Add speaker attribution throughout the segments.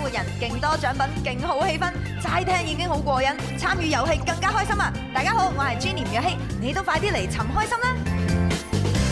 Speaker 1: 多獎品，勁好氣氛，齋聽已經好過癮，參與遊戲更加開心啊！大家好，我係 Jenny 吳若希，你都快啲嚟尋開心啦！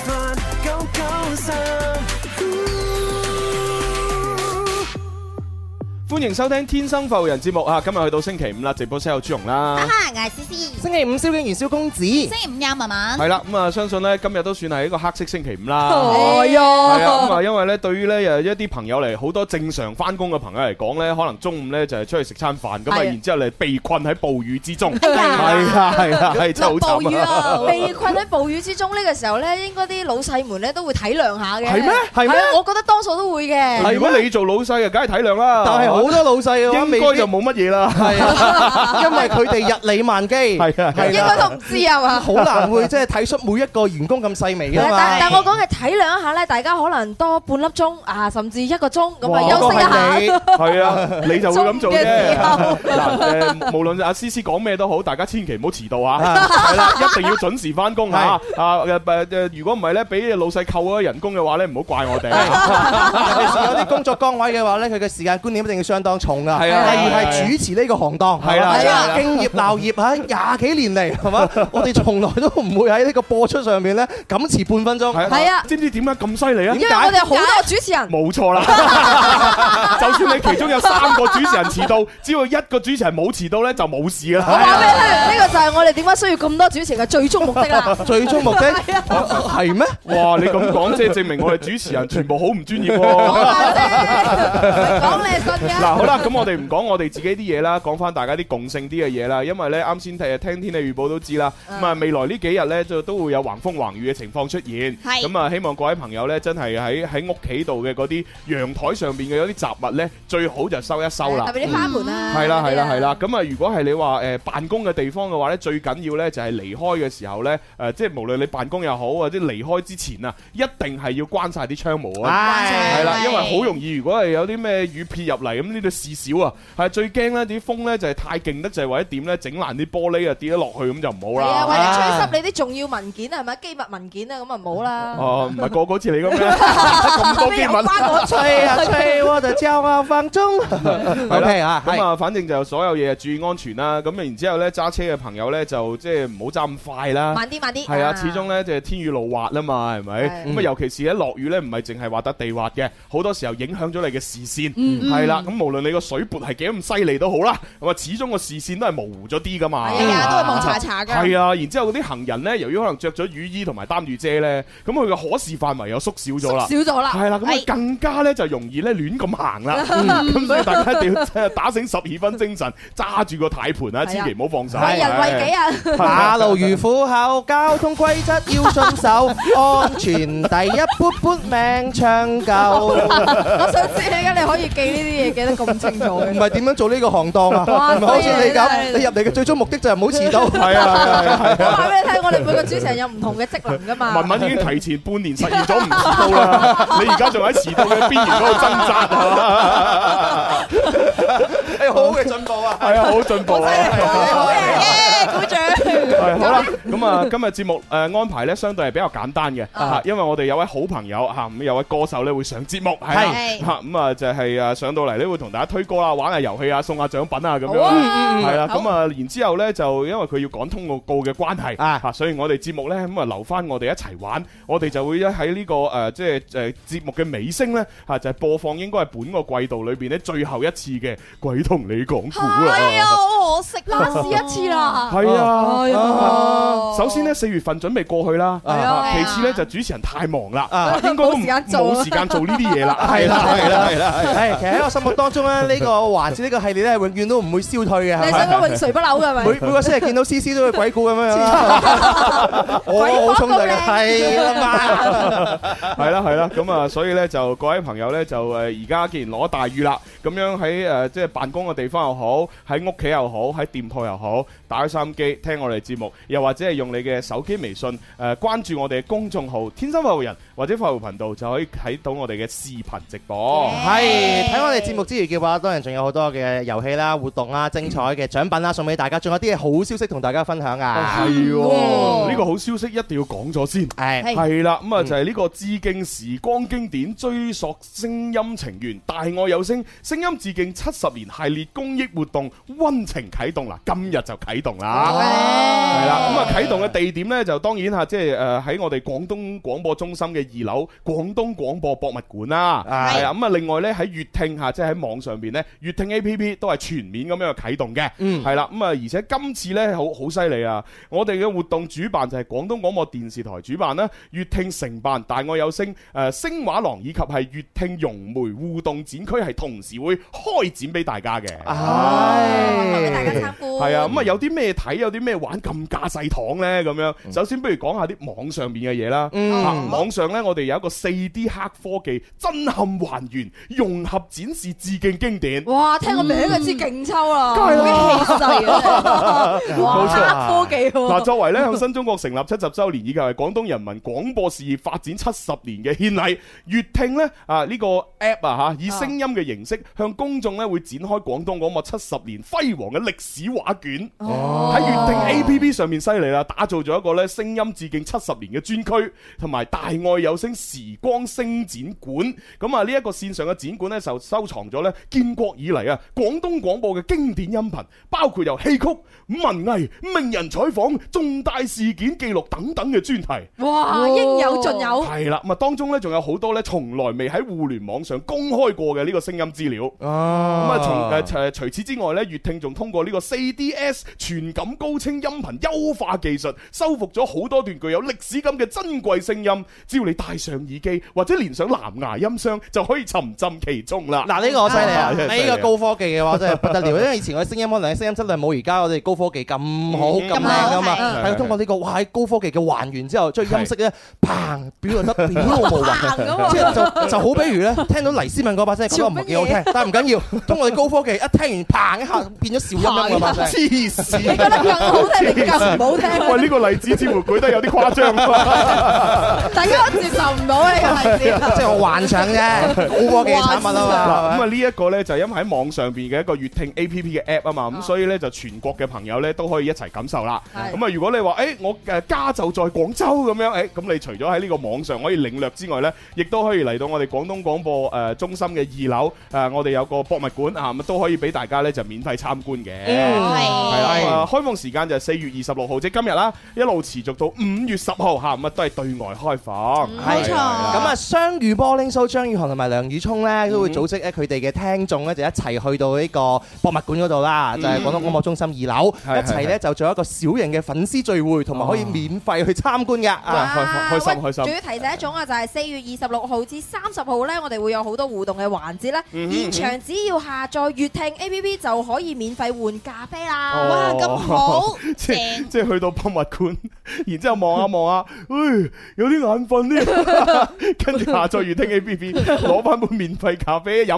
Speaker 2: 發，九九三。
Speaker 3: 歡迎收聽《天生浮人》節目啊！今日去到星期五啦，直播室有朱容啦。
Speaker 4: 哈，牙思思，星
Speaker 2: 星期五蕭敬元蕭公子，
Speaker 4: 期五有文文，
Speaker 3: 係啦，咁啊，相信咧今日都算係一個黑色星期五啦。
Speaker 5: 係
Speaker 3: 係啊，咁
Speaker 5: 啊，
Speaker 3: 啊，因為咧對於咧誒一啲朋友嚟，好多正常翻工嘅朋友嚟講咧，可能中午咧就係出去食餐飯，咁
Speaker 5: 係
Speaker 3: 啊，
Speaker 5: 啊
Speaker 3: 然之後你被困喺暴雨之中，係
Speaker 5: 呀
Speaker 3: 啊，係啊，係真係好
Speaker 4: 落暴雨
Speaker 3: 慘啊！
Speaker 4: 啊！
Speaker 5: 被困喺暴雨之中呢個時候咧，應該啲老細們咧都會體諒
Speaker 6: 네.
Speaker 5: 下嘅。
Speaker 3: 係咩係咩
Speaker 5: 係
Speaker 6: 어,
Speaker 5: 啊我覺得多數都會嘅。
Speaker 3: 係如果你做老細啊，梗係體諒啦。
Speaker 2: 但係好多老細嘅話，
Speaker 3: 應
Speaker 2: 未
Speaker 3: 該
Speaker 2: 必
Speaker 3: 就冇乜嘢啦。
Speaker 2: 係啊，因為佢哋日理萬機，
Speaker 3: 係啊係啊
Speaker 2: 係
Speaker 5: 應該都唔知啊嘛。
Speaker 2: 好難會即係睇出每一個員工咁細微㗎嘛
Speaker 5: 啊但。但我講嘅體諒一下咧，大家可能多半粒鐘啊，甚至一個鐘咁啊，
Speaker 2: 哇
Speaker 5: 休息一下。
Speaker 2: 嗰個係你
Speaker 3: 係 啊，你就會咁做啫。
Speaker 5: 中午嘅時候
Speaker 3: 嗱，誒，無論阿思思講咩都好，大家千祈唔好遲到啊！係啦，一定要準時翻工嚇。啊誒誒誒，如果唔係咧，俾老細扣咗人工嘅話咧，唔好怪我 哋。啊
Speaker 2: 尤其是 有啲工作崗位嘅話咧，佢嘅時間觀念一定要相當重噶。
Speaker 3: 係啊
Speaker 2: 例如
Speaker 3: 係啊
Speaker 2: 係主持呢個行當，
Speaker 3: 係啦
Speaker 2: 係
Speaker 3: 係啦
Speaker 2: 嘛敬業鬧業嚇廿幾年嚟 係嘛，我哋從來都唔會喺呢個播出上面咧咁遲半分鐘。
Speaker 5: 係啊
Speaker 3: 知唔知點解咁犀利啊？
Speaker 5: 因為我哋好多主持人，
Speaker 3: 冇 錯啦，就算你其中有三個主持人遲到，只要一個主持人冇遲到咧，就冇事
Speaker 5: 我話
Speaker 3: 啦。
Speaker 5: 俾你聽，呢個就係我哋點解需要咁多主持嘅最終目的啦。
Speaker 2: 最 終目的係咩？
Speaker 3: 哇！你咁講，即係證明我哋主持人全部好唔專業
Speaker 5: 講
Speaker 3: 喎。
Speaker 5: 下啫，講你信嘅。
Speaker 3: 嗱，好啦，咁我哋唔講我哋自己啲嘢啦，講翻大家啲共性啲嘅嘢啦。因為咧，啱先睇聽天氣預報都知啦，咁啊未來呢幾日咧就都會有橫風橫雨嘅情況出現。
Speaker 4: 係
Speaker 3: 咁啊，希望各位朋友咧真係喺喺屋企度嘅嗰啲陽台上邊嘅嗰啲雜物咧，最好就收一收啦。
Speaker 5: 特別啲花盆啊，
Speaker 3: 係啦係啦係
Speaker 5: 啦，
Speaker 3: 啦，咁啊如果係你話誒辦公嘅地方嘅話咧，最緊要咧就係離開嘅時候咧，誒即係無論你辦公又好或者離開之前啊，一定係要關晒啲窗戶啊。
Speaker 2: 唉
Speaker 3: 係啦，
Speaker 4: 係
Speaker 3: 因為好容易，如果係有啲咩雨撇入嚟，咁呢度事少啊。係最驚咧，啲風咧就係太勁得滯，或者點咧整爛啲玻璃啊，跌咗落去咁就唔好
Speaker 5: 係啊，
Speaker 3: 啦。
Speaker 5: 或者吹濕你啲重要文件係咪機密文件啊，咁啊唔好啦。
Speaker 3: 哦，唔係個個好似 你咁樣咁多機密。
Speaker 5: 關 我
Speaker 2: 吹啊吹，我就叫啊放鐘。
Speaker 3: 係啦
Speaker 2: OK 啊，
Speaker 3: 咁
Speaker 2: 係
Speaker 3: 啊，反正就所有嘢啊注意安全啦。咁然之後咧，揸車嘅朋友咧就即係唔好揸咁快啦。
Speaker 5: 慢啲慢啲。
Speaker 3: 係啊，始終咧就係天雨路滑啊嘛，係咪？
Speaker 5: 係嗯
Speaker 3: 咁啊，尤其是咧落雨咧，唔係淨係滑得地滑嘅，好多時候影響咗你嘅視線。
Speaker 5: 嗯
Speaker 3: 係啦，咁無論你個水撥係幾咁犀利都好啦，咁啊，始終個視線都係模糊咗啲噶嘛。
Speaker 4: 係啊，都會蒙查查噶。
Speaker 3: 係啊，然之後嗰啲行人咧，由於可能着咗雨衣同埋擔雨遮咧，咁佢嘅可視範圍又縮少咗啦。
Speaker 5: 縮少咗哎啦。
Speaker 3: 係啦，咁啊
Speaker 4: 係
Speaker 3: 更加咧就容易咧亂咁行 啦。咁所以大家一定要真係打醒十二分精神，揸住個軚盤啊，
Speaker 5: 係啊
Speaker 3: 千祈唔好放手。
Speaker 5: 為人為己啊！
Speaker 2: 馬路如虎口，交通規則要 遵守，安全第一，卜卜命 長久。
Speaker 5: 我想知你而家你可以記呢啲嘢記得咁清楚
Speaker 2: 唔
Speaker 5: 嘅。
Speaker 2: 係點樣做呢個行當啊？
Speaker 5: 哇
Speaker 2: 唔係好似你
Speaker 5: 真
Speaker 2: 咁，
Speaker 5: 係
Speaker 2: 你入嚟嘅最終目的就係唔好遲到。
Speaker 3: 係啊，係啊，係啊。
Speaker 5: 我話俾你聽，我哋每個主持人有唔同嘅職能噶嘛。
Speaker 3: 文文已經提前半年實現咗唔遲到 啦，你而家仲喺遲到嘅邊緣嗰度掙扎 啊！
Speaker 2: 係好嘅進步啊！
Speaker 3: 係啊，好進步啊！
Speaker 5: 耶，鼓掌！
Speaker 3: 係好啦，咁啊，今日節目誒安排咧，相對係比較簡單嘅嚇，因為我哋有位好朋友嚇，咁有位歌手咧會上節目係啦
Speaker 4: 係
Speaker 3: 嚇，咁啊就係啊上到嚟咧會同大家推歌啦、玩下遊戲啊、送下獎品啊咁樣
Speaker 5: 好啊
Speaker 4: 嗯
Speaker 3: 啦，係啦，
Speaker 5: 好
Speaker 3: 咁啊然之後咧就因為佢要趕通個告嘅關係
Speaker 2: 啊
Speaker 3: 嚇，所以我哋節目咧咁啊留翻我哋一齊玩，我哋就會喺呢個誒即係誒節目嘅尾聲咧嚇就係播放應該係本個季度裏邊咧最後一次嘅《鬼同你講古》
Speaker 4: 係啊，
Speaker 3: 啊，
Speaker 4: 好可惜，
Speaker 5: 拉屎一次啦。
Speaker 3: 係啊。
Speaker 5: 哎呀
Speaker 4: 哦
Speaker 3: 啊首先咧，四月份準備過去啦。
Speaker 2: 係
Speaker 5: 啊
Speaker 3: 其次咧就主持人太忙啦，
Speaker 2: 啊
Speaker 3: 應該都唔
Speaker 5: 冇時間做
Speaker 3: 冇時間做呢啲嘢啦。係啦，係啦，係啦。
Speaker 2: 係，其實喺我心目當中咧，呢個環節呢個系列咧，永遠都唔會消退嘅。係咪
Speaker 5: 你想講永垂不朽嘅係咪？
Speaker 2: 每每個星期見到 C C 都會鬼故咁樣樣 啦，我好衝動嘅，係啦嘛。
Speaker 3: 係啦，係啦，咁啊，所以咧就各位朋友咧就誒呃而家既然攞大雨啦，咁樣喺誒即係辦公嘅地方又好，喺屋企又好，喺店鋪又好，打開收音機聽我哋節目，又或者係用你嘅手機微信誒、呃、關注我哋嘅公眾號「天生快活人」或者快活頻道，就可以睇到我哋嘅視頻直播。
Speaker 2: 係睇我哋節目之餘嘅話，當然仲有好多嘅遊戲啦、活動啦、精彩嘅獎品啦，送俾大家，仲有啲好消息同大家分享啊！
Speaker 3: 係
Speaker 5: 哦
Speaker 3: 呢個好消息一定要講咗先。
Speaker 2: 係
Speaker 4: 哎
Speaker 5: 係
Speaker 3: 係啦，咁啊就係呢個致敬時光經典追溯聲音情緣大愛有聲聲音致敬七十年系列公益活動溫情啟動啦，今日就啟動
Speaker 4: 哦
Speaker 3: 啦。係啦，咁啊啟動嘅地點呢，就當然嚇，啊即係誒喺我哋廣東廣播中心嘅二樓廣東廣播博物館啦，
Speaker 2: 係
Speaker 3: 係啊，咁啊另外呢，喺粵聽嚇，即係喺網上邊呢，粵聽 A P P 都係全面咁樣去啟動嘅，
Speaker 2: 嗯
Speaker 3: 係啦，咁啊而且今次呢，好好犀利啊！我哋嘅活動主辦就係廣東廣播電視台主辦啦，粵聽承辦大愛有聲誒、呃、星畫廊以及係粵聽融媒互動展區係同時會開展俾大家嘅。
Speaker 4: 大家
Speaker 2: 啊唉，
Speaker 4: 參觀。
Speaker 3: 係啊，咁啊有啲咩睇，有啲咩玩咁架勢堂呢？咁樣首先不如講下啲網上面嘅嘢啦。啊
Speaker 2: 嗯，
Speaker 3: 網上呢，我哋有一個四 D 黑科技震撼還原融合展示致敬經典。
Speaker 5: 哇！聽個名就知勁抽啦，
Speaker 3: 梗係
Speaker 5: 啦，
Speaker 3: 冇
Speaker 5: 哇！
Speaker 2: 錯
Speaker 5: 科技
Speaker 3: 嗱，
Speaker 5: 喎，
Speaker 3: 作為咧向新中國成立七十週年以及係廣東人民廣播事業發展七十年嘅獻禮，粵聽呢啊呢個 app 啊嚇，以聲音嘅形式向公眾咧會展開廣東廣播七十年輝煌嘅歷史畫卷。
Speaker 5: 哦
Speaker 3: 喺粵聽 A P P 上面犀利啦，打造咗一個咧聲音致敬七十年嘅專區，同埋大愛有聲時光聲展館。咁啊，呢一個線上嘅展館呢，就收藏咗咧建國以嚟啊廣東廣播嘅經典音頻，包括由戲曲、文藝、名人採訪、重大事件記錄等等嘅專題。
Speaker 5: 哇！應有 盡有，
Speaker 3: 係啦，咁啊當中呢，仲有好多呢，從來未喺互聯網上公開過嘅呢個聲音資料。咁
Speaker 2: Ờ.
Speaker 3: 啊，從
Speaker 2: 啊
Speaker 3: 誒除除此之外咧，粵聽仲通過呢個 4DS 全感高清音頻優化技術，修復咗好多段具有歷史感嘅珍貴聲音。只要你戴上耳機或者連上藍牙音箱，就可以沉浸其中啦。
Speaker 2: 嗱呢個好犀利 啊！
Speaker 3: 啊真係犀利
Speaker 2: 呢個高科技嘅話真係不 得了，因為以前我哋聲音可能聲音質量冇而家我哋高科技咁好
Speaker 3: 嗯
Speaker 2: 咁靚
Speaker 4: 咁
Speaker 3: 好
Speaker 2: 噶嘛，
Speaker 3: 係
Speaker 2: 係啊通過呢個哇喺高科技嘅還原之後，將音色咧砰表現得表露無遺。
Speaker 5: 行咁啊
Speaker 2: 即！係就就好，比如咧，聽到黎思敏嗰把聲，覺得唔係幾好聽，但係唔緊要，通過啲高科技一聽完，砰一下變咗
Speaker 3: 啊
Speaker 2: 小音啦 嘛，真係
Speaker 3: 黐
Speaker 5: 你覺
Speaker 3: 線！
Speaker 5: 得更好聽定更唔好聽？
Speaker 3: 喂，呢個例子似乎舉得有啲誇張 啊！
Speaker 5: 大家都接受唔到呢個例子。
Speaker 2: 即係我幻想 啫，高科技嘅產物啊
Speaker 3: 嗱，咁
Speaker 2: 嘛
Speaker 3: 啊，呢一個呢，就因為喺網上邊嘅一個粵聽 A P P 嘅 app 啊嘛，咁所以呢，就全國嘅朋友呢，都可以一齊感受啦。
Speaker 5: 係
Speaker 3: 咁啊，如果你話誒我誒家就在廣州咁樣，誒咁你除咗喺呢個網上可以領略之外呢，亦都可以嚟到我哋廣東廣播誒中心嘅二樓誒，我哋有個博物館啊，咁都可以俾大家呢，就免費參觀嘅。
Speaker 2: 嗯
Speaker 3: 係啦，咁
Speaker 2: 係
Speaker 3: 啊，開放時間就係四月二十六號，即係今日啦，一路持續到五月十號嚇，咁啊都係對外開放。
Speaker 2: 係
Speaker 4: 冇錯
Speaker 3: 係啦
Speaker 2: 咁啊，雙語 Bowling Show 張宇航同埋梁宇聰咧都會組織咧佢哋嘅聽眾咧就一齊去到呢個博物館嗰度啦，就係廣東廣播中心二樓，
Speaker 3: 係
Speaker 2: 一齊咧就做一個小型嘅粉絲聚會，同埋可以免費去參觀嘅。啊
Speaker 3: 開開心開心
Speaker 4: 仲要提醒一種啊，就係四月二十六號至三十號咧，我哋會有好多互動嘅環節啦。現場只要下載粵聽 A P P 就可以免費換咖啡啦。哇，
Speaker 3: 哦
Speaker 4: 咁好
Speaker 3: 即
Speaker 4: 正！
Speaker 3: 係 即係去到博物館， 然之後望下望下，唉，有啲眼瞓呢。 跟住下載粵聽 A P P，攞翻杯免費咖啡一飲，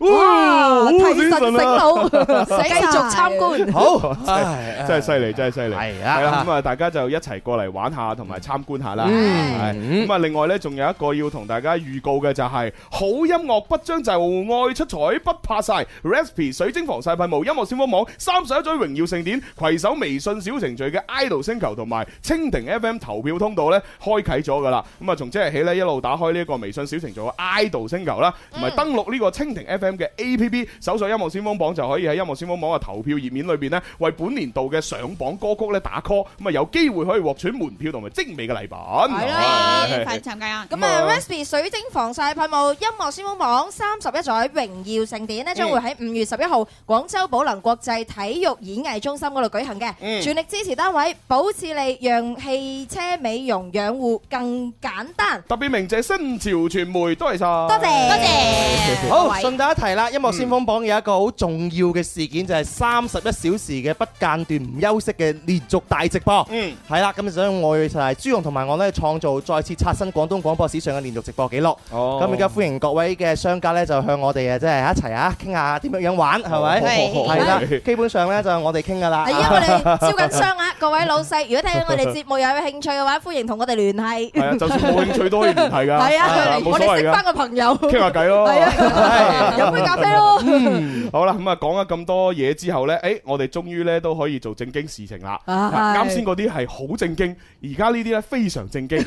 Speaker 5: 哇！
Speaker 3: 好
Speaker 5: 提
Speaker 3: 精
Speaker 5: 神醒
Speaker 3: 神 啊！
Speaker 5: 腦，繼續參 觀。
Speaker 2: 好，唉
Speaker 3: 真係犀利，真係犀利，
Speaker 2: 係啊
Speaker 3: 係啦，咁啊，大家就一齊過嚟玩下，同埋參觀下啦。係
Speaker 2: 嗯
Speaker 3: 咁啊，另外呢，仲有一個要同大家預告嘅就係好音樂不將就，愛出彩不怕晒。Recipe 水晶防曬噴霧、音樂先鋒網三十一載榮耀盛典，攜手微信小程序嘅 idol 星球同埋蜻蜓 FM 投票通道呢，開啟咗噶啦。咁啊，從即日起呢，一路打開呢一個微信小程序嘅 idol 星球啦，同埋登錄呢個蜻蜓 FM 嘅 APP，搜索音樂先鋒榜就可以喺音樂先鋒榜嘅投票頁面裏邊呢，為本年度嘅上榜歌曲呢打 call，咁啊有機會可以獲取門票同埋精美嘅禮品。係 아,
Speaker 4: 啦，
Speaker 3: 네.
Speaker 4: 快啲參加啊！
Speaker 3: 咁
Speaker 4: 咁
Speaker 3: 啊
Speaker 4: 啊，Recipe 水晶防曬噴霧音樂先鋒榜三十一載榮耀盛典咧，將會喺五月十一號廣州寶能國際體育演藝中
Speaker 5: 中心嗰度舉行嘅，
Speaker 3: 嗯
Speaker 5: 全力支持單位保智利，讓汽車美容養護更簡單。
Speaker 3: 特別鳴謝新潮傳媒，多謝晒，
Speaker 5: 多謝，多
Speaker 7: 謝
Speaker 2: 好，
Speaker 7: 各位
Speaker 2: 順帶一提啦，音樂先鋒榜有一個好重要嘅事件，就係三十一小時嘅不間斷唔休息嘅連續大直播。
Speaker 3: 嗯，
Speaker 2: 係啦，咁所以我就係朱紅同埋我咧創造再次刷新廣東廣播史上嘅連續直播紀錄。
Speaker 3: 哦
Speaker 2: 咁而家歡迎各位嘅商家咧，就向我哋啊，即係一齊啊，傾下點樣樣玩，係咪？
Speaker 7: 係
Speaker 2: 係啦
Speaker 3: 係，
Speaker 2: 基本上咧就係我哋傾噶啦
Speaker 5: 係。因為我哋招緊商額，各位老細，如果聽我哋節目有興趣嘅話，歡迎同我哋聯繫。
Speaker 3: 係啊，就算冇興趣都可以聯繫㗎，
Speaker 5: 係啊，
Speaker 3: 冇
Speaker 5: 我
Speaker 3: 所
Speaker 5: 哋
Speaker 3: 謂
Speaker 5: 識
Speaker 3: 㗎
Speaker 5: 翻，個朋友。
Speaker 3: 傾下偈咯。
Speaker 5: 係啊，飲杯 咖啡咯。
Speaker 3: 好啦，咁啊講咗咁多嘢之後呢，誒，我哋終於呢都可以做正經事情啦。
Speaker 5: 啊
Speaker 3: 啱先嗰啲係好正經，而家呢啲呢非常正 經。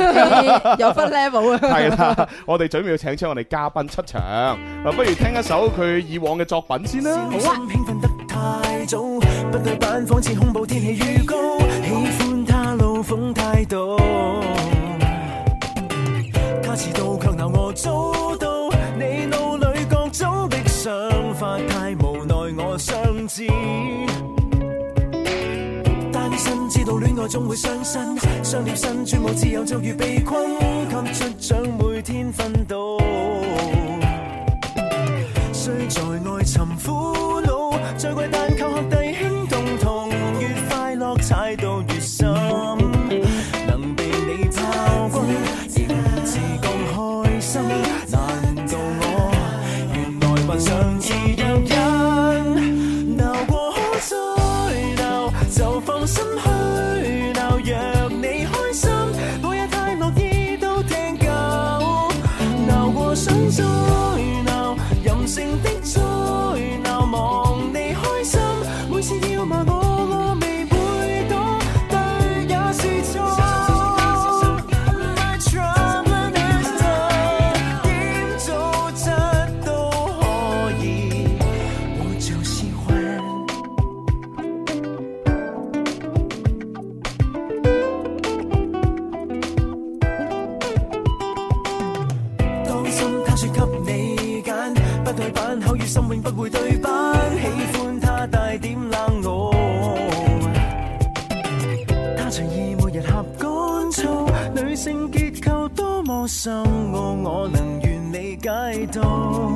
Speaker 5: 有分 level 啊！
Speaker 3: 係啦，我哋準備要請出我哋嘉賓出場，嗱，不如聽一首佢以往嘅作品先啦。
Speaker 8: 好啊！興奮得太早，不對版仿似恐怖天氣預告，喜歡他老諷態度，他遲到卻鬧我早到，你腦裏各種的想法太無奈我相知。單身知道戀愛總會傷身，相貼身專冇自由就如被困，給出獎每天奮鬥。雖在愛尋苦惱，最貴但靠學弟兄共同，越快樂踩到越深。能被你炮轟，仍自覺開心。難道我原來還尚自有因？鬧過可再鬧，就放心去鬧。若你開心，我也太樂意都聽夠。鬧過想再鬧，任性的再鬧，望你開心。每次要罵我，我未會躲，對也是錯。My trouble is done，點做質都可以，我就喜歡。當心他說給你揀，不對版口語心永不會對版，喜歡他帶點冷傲。他隨意每日合乾燥，女性結構多麼深奧，我能願你解套。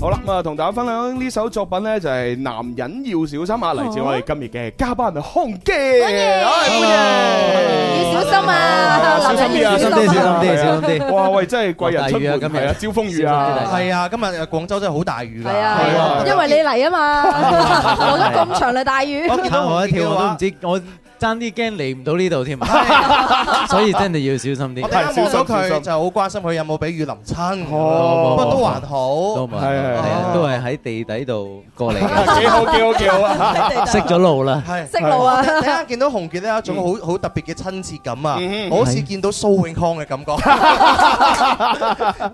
Speaker 3: 好啦，咁啊，同大家分享呢首作品呢，就係《男人要小心》啊，嚟自我哋今日嘅嘉賓啊康基，哎歡
Speaker 5: 要小心啊！
Speaker 3: 小心啲啊
Speaker 5: 男人
Speaker 3: 小
Speaker 5: 要
Speaker 3: 心啲
Speaker 2: 小心
Speaker 3: 迎！哇喂，真係貴人出門，
Speaker 2: 落大雨啊今日
Speaker 3: 係啊，招風雨啊！
Speaker 2: 係啊，今日廣州真係好大雨㗎。
Speaker 5: 係啊
Speaker 3: 係啊，
Speaker 5: 因為你嚟啊 嘛，落咗咁長嘅大雨。
Speaker 2: 我見到
Speaker 9: 我一跳，
Speaker 2: 嘅
Speaker 9: 我都
Speaker 2: 話
Speaker 9: 唔知，我爭啲驚嚟唔到 呢度添啊！所以真係要小心
Speaker 2: 我
Speaker 9: 啲。
Speaker 2: 哋啱望到
Speaker 3: 係小心小
Speaker 2: 佢
Speaker 3: 心
Speaker 2: 就好關心佢有冇俾雨淋親，
Speaker 3: 哦
Speaker 2: 不過都還好
Speaker 9: 都。冇，
Speaker 3: 係係
Speaker 9: 係啊
Speaker 2: 係
Speaker 9: 都係喺地底度過 嚟嘅，
Speaker 3: 幾好幾好幾好 啊！
Speaker 9: 識咗路啦。
Speaker 2: 係
Speaker 5: 識路啊！
Speaker 2: 突然間見到洪傑呢有一種好好特別嘅親切感啊
Speaker 3: 嗯！
Speaker 2: 我好似見到蘇永康嘅感覺。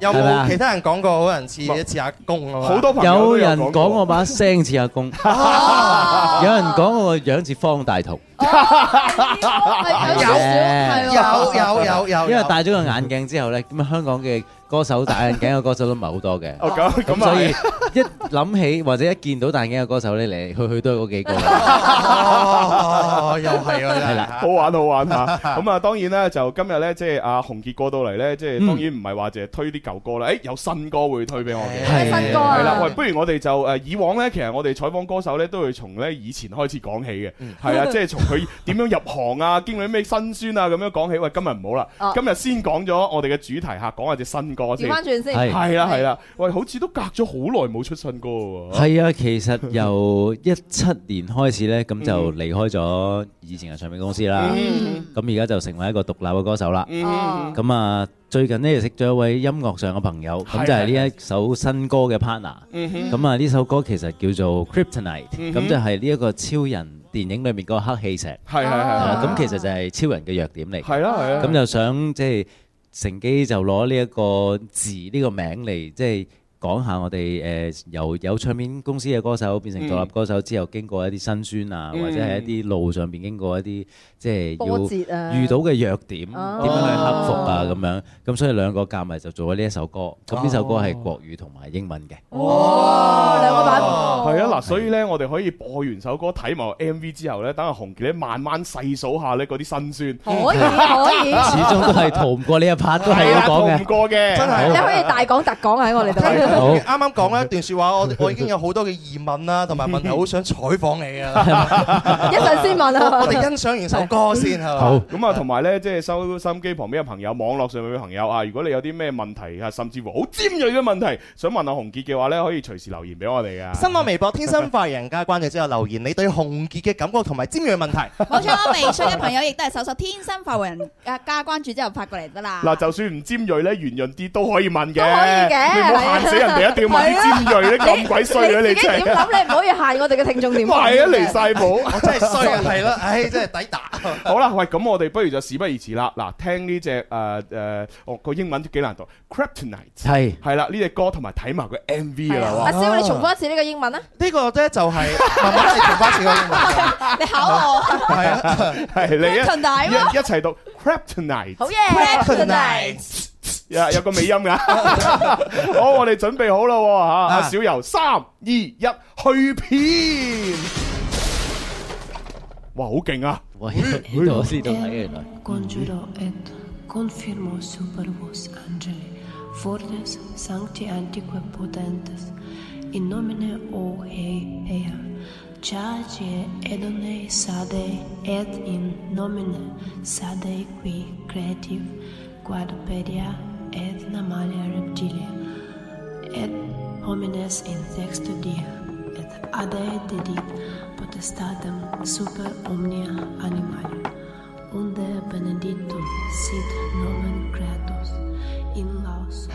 Speaker 2: 有
Speaker 9: 係咪啊
Speaker 2: 冇其他人講過好人似似阿公啊？
Speaker 3: 好多朋友
Speaker 9: 有
Speaker 3: 都
Speaker 9: 人講
Speaker 3: 過
Speaker 9: 我把聲似 阿公， 有人講我個樣似方 大同，
Speaker 5: 係有少少係
Speaker 2: 有
Speaker 5: 喎
Speaker 2: 有有有，
Speaker 9: 因為戴咗個眼鏡之後呢，咁啊香港嘅歌手戴眼鏡嘅歌手都唔係好多嘅，
Speaker 3: 哦咁
Speaker 9: 咁
Speaker 3: 咁
Speaker 9: 所以
Speaker 3: 啊，
Speaker 9: 一諗起或者一見到戴眼鏡嘅歌手呢，嚟嚟去去都係嗰幾個。
Speaker 2: 哦，又係啊，
Speaker 9: 係
Speaker 2: 真
Speaker 9: 啦
Speaker 2: 係
Speaker 3: 好。玩好 玩嚇。咁啊，當然咧就今日咧，即係阿洪傑過到嚟咧，即
Speaker 9: 嗯
Speaker 3: 係當然唔係話淨係推啲舊歌啦，誒有新歌會推俾我嘅。
Speaker 9: 係
Speaker 5: 新歌啊
Speaker 3: 係啦，喂，不如我哋就誒以往咧，其實我哋採訪歌手咧，都會從咧以前開始講起嘅，
Speaker 9: 嗯
Speaker 3: 係啊，即 係從佢點樣入行啊， 經歷咩辛酸啊，咁樣講起。喂，今日唔好啦
Speaker 5: 哦，
Speaker 3: 今日先講咗我哋嘅主題嚇，講下隻新歌
Speaker 5: 調
Speaker 3: 先。
Speaker 5: 翻轉先，
Speaker 9: 係
Speaker 3: 啊係啦係啦，喂，好似都隔咗好耐冇出新歌喎。
Speaker 9: 係啊，其 實由一七年開始呢，咁就離開咗以前嘅唱片公司啦，
Speaker 3: 嗯
Speaker 9: 咁而家就成為一個獨立嘅歌手啦。
Speaker 3: 嗯
Speaker 9: 咁啊，最近呢，就識咗一位音樂上嘅朋友，
Speaker 3: 係
Speaker 9: 咁就係呢一首新歌嘅 partner。
Speaker 3: 嗯哼
Speaker 9: 咁啊，呢首歌其實叫做 Kryptonite，
Speaker 3: 嗯哼
Speaker 9: 咁就係呢一個超人電影裏面嗰個黑氣石。
Speaker 3: 係係
Speaker 9: 係
Speaker 3: 係
Speaker 9: 啦
Speaker 5: 啊
Speaker 9: 咁其實就係超人嘅弱點嚟。
Speaker 3: 係啦啊係啦。
Speaker 9: 咁就想即係乘機就攞呢一個字呢個名嚟即係講下我哋誒由有唱片公司嘅歌手變成獨立歌手之後，經過一啲辛酸啊，
Speaker 3: 嗯
Speaker 9: 或者係一啲路上邊經過一啲即
Speaker 5: 波
Speaker 9: 係
Speaker 5: 折啊，
Speaker 9: 要遇到嘅弱點，點樣去
Speaker 5: 哦
Speaker 9: 克服啊咁樣。咁所以兩個夾埋就做咗呢一首歌。咁呢首歌係
Speaker 2: 哦
Speaker 9: 國語同埋英文嘅。
Speaker 5: 哇兩個版本，
Speaker 3: 係啊，嗱，所以咧，我哋可以播完首歌睇埋 M V 之後咧，等阿紅傑咧慢慢細數下咧嗰啲辛酸，
Speaker 5: 可以可以，
Speaker 9: 始終都係逃唔過呢一 part，都係
Speaker 3: 係
Speaker 9: 要
Speaker 5: 啊
Speaker 3: 啦，逃
Speaker 9: 講
Speaker 3: 唔
Speaker 9: 嘅。
Speaker 3: 過嘅，
Speaker 2: 真係
Speaker 5: 你可以大講特講喺我哋度。
Speaker 9: 好
Speaker 2: 啱啱講咗一段説話，我我已經有好多嘅疑問啦，同埋問題，好想採訪你啊！
Speaker 5: 一陣先問
Speaker 2: 我
Speaker 5: 啊，
Speaker 2: 哋欣賞完首歌先係嘛？
Speaker 9: 好，
Speaker 3: 咁啊，同埋咧，即係收心機旁邊嘅朋友，網絡上面嘅朋友啊，如果你有啲咩問題啊，甚至乎好尖鋭嘅問題，想問阿洪傑嘅話咧，可以隨時留言俾我哋啊噶。
Speaker 2: 新浪微博天生快人家關注之後留言，你對紅傑嘅感覺同埋尖鋭問題。
Speaker 4: 冇錯，微信嘅朋友亦都係搜索天生發圍人加加關注之後發過嚟得啦。
Speaker 3: 嗱，就算唔尖鋭咧，圓潤啲都可以問嘅。
Speaker 5: 都可以嘅啊
Speaker 3: 你唔好限死人哋一定要問啲尖鋭咧，咁鬼衰嘅
Speaker 5: 你
Speaker 3: 你
Speaker 5: 自己
Speaker 3: 真
Speaker 5: 點
Speaker 3: 係。
Speaker 5: 諗？你唔可以限我哋嘅聽眾點
Speaker 3: 係
Speaker 5: 諗
Speaker 3: 啊，離
Speaker 5: 嘅。
Speaker 3: 晒譜。
Speaker 2: 我真係衰啊，係啦，唉，真係抵打。
Speaker 3: 好啦，喂，咁我哋不如就事不宜遲啦。嗱，聽呢只誒誒，哦個英文都幾難讀，Kryptonite
Speaker 9: 係
Speaker 3: 係啦，呢只歌同埋睇埋個 MV 㗎啦。
Speaker 5: 阿
Speaker 3: 哇
Speaker 5: 蕭，你重複一次呢個英文啊！
Speaker 2: 呢個咧就係慢慢嚟重翻次個英文，
Speaker 4: 你考我
Speaker 2: 係啊。
Speaker 3: 係你一
Speaker 4: 陳大
Speaker 3: 一一齊讀 Kryptonite。
Speaker 5: 好嘢
Speaker 2: Good
Speaker 4: night
Speaker 3: 有有個尾音噶，好，我哋準備好啦喎嚇，阿小游三二一去片，哇，好勁啊！
Speaker 9: 喂，呢度呢度睇嘅原來。
Speaker 10: Conjuro et confirmo super vos angeli, fortes sancti antique potentes, in nomine o hei ea, charge edone sade et in nomine sade qui creative, quad peria et namalia reptilia, et homines in texto die, et ade dedit potestatem super omnia animalium, unde benedictum sit nomen creatus in laus.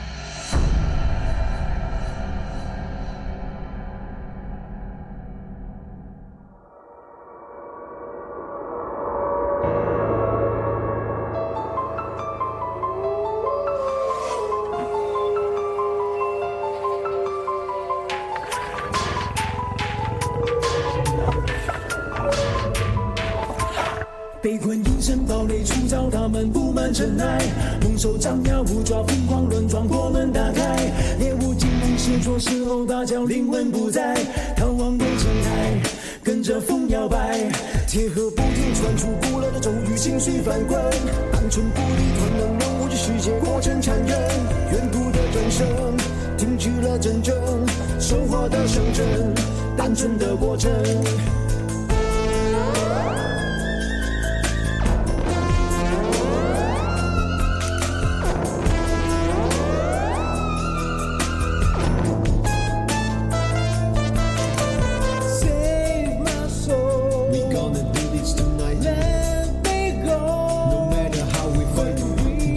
Speaker 8: 被困隐身堡垒，出招他们布满尘埃，蒙受张牙舞爪，疯狂乱撞，破门打开，猎物惊慌失措，事后大叫，灵魂不在，逃亡的尘埃跟着风摇摆，铁盒不停传出古老的咒语，情绪翻滚，单纯不离团能让物质世界过程残忍，远古的转身停止了战争，收获的象征，单纯的过程。Save my soul. We gonna do this tonight. Let me go. No matter how we fight,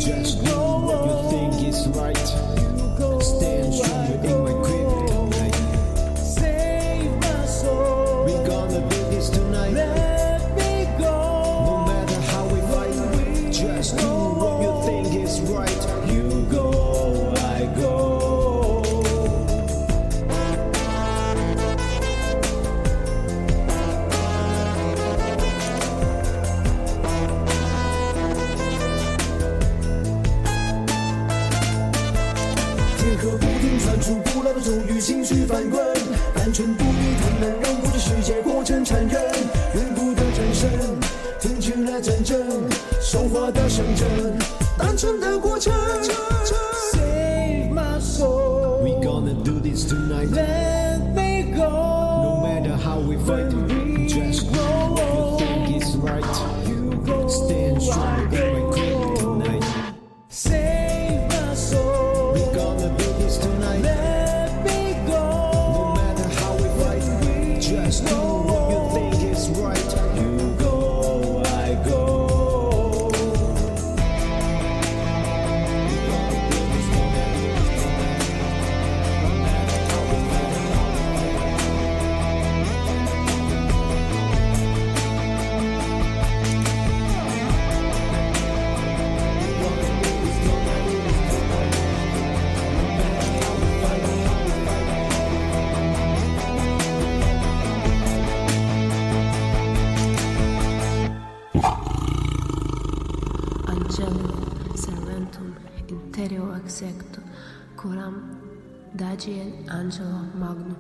Speaker 8: just do what you think is right. Stand strong in my grip tonight. Save my soul. We gonna do this tonight. Let me go. No matter how we fight, just do what you think is right. You go, I go.铁盒不停传出古老的咒语，情绪翻滚，单纯不敌他们让物质世界过程残忍，远古的战神停止了战争，收获的象征，单纯的过程。Save my soul. We gonna do this tonight. Let me go. No matter how we fight, just do what you think is right. You go. Stand strong in my grip tonight. Save my soul. We're gonna do this tonight. Let me go. No matter how we fight, just do what you think is right. You go, I go.
Speaker 10: execto coram dagiel angelo magno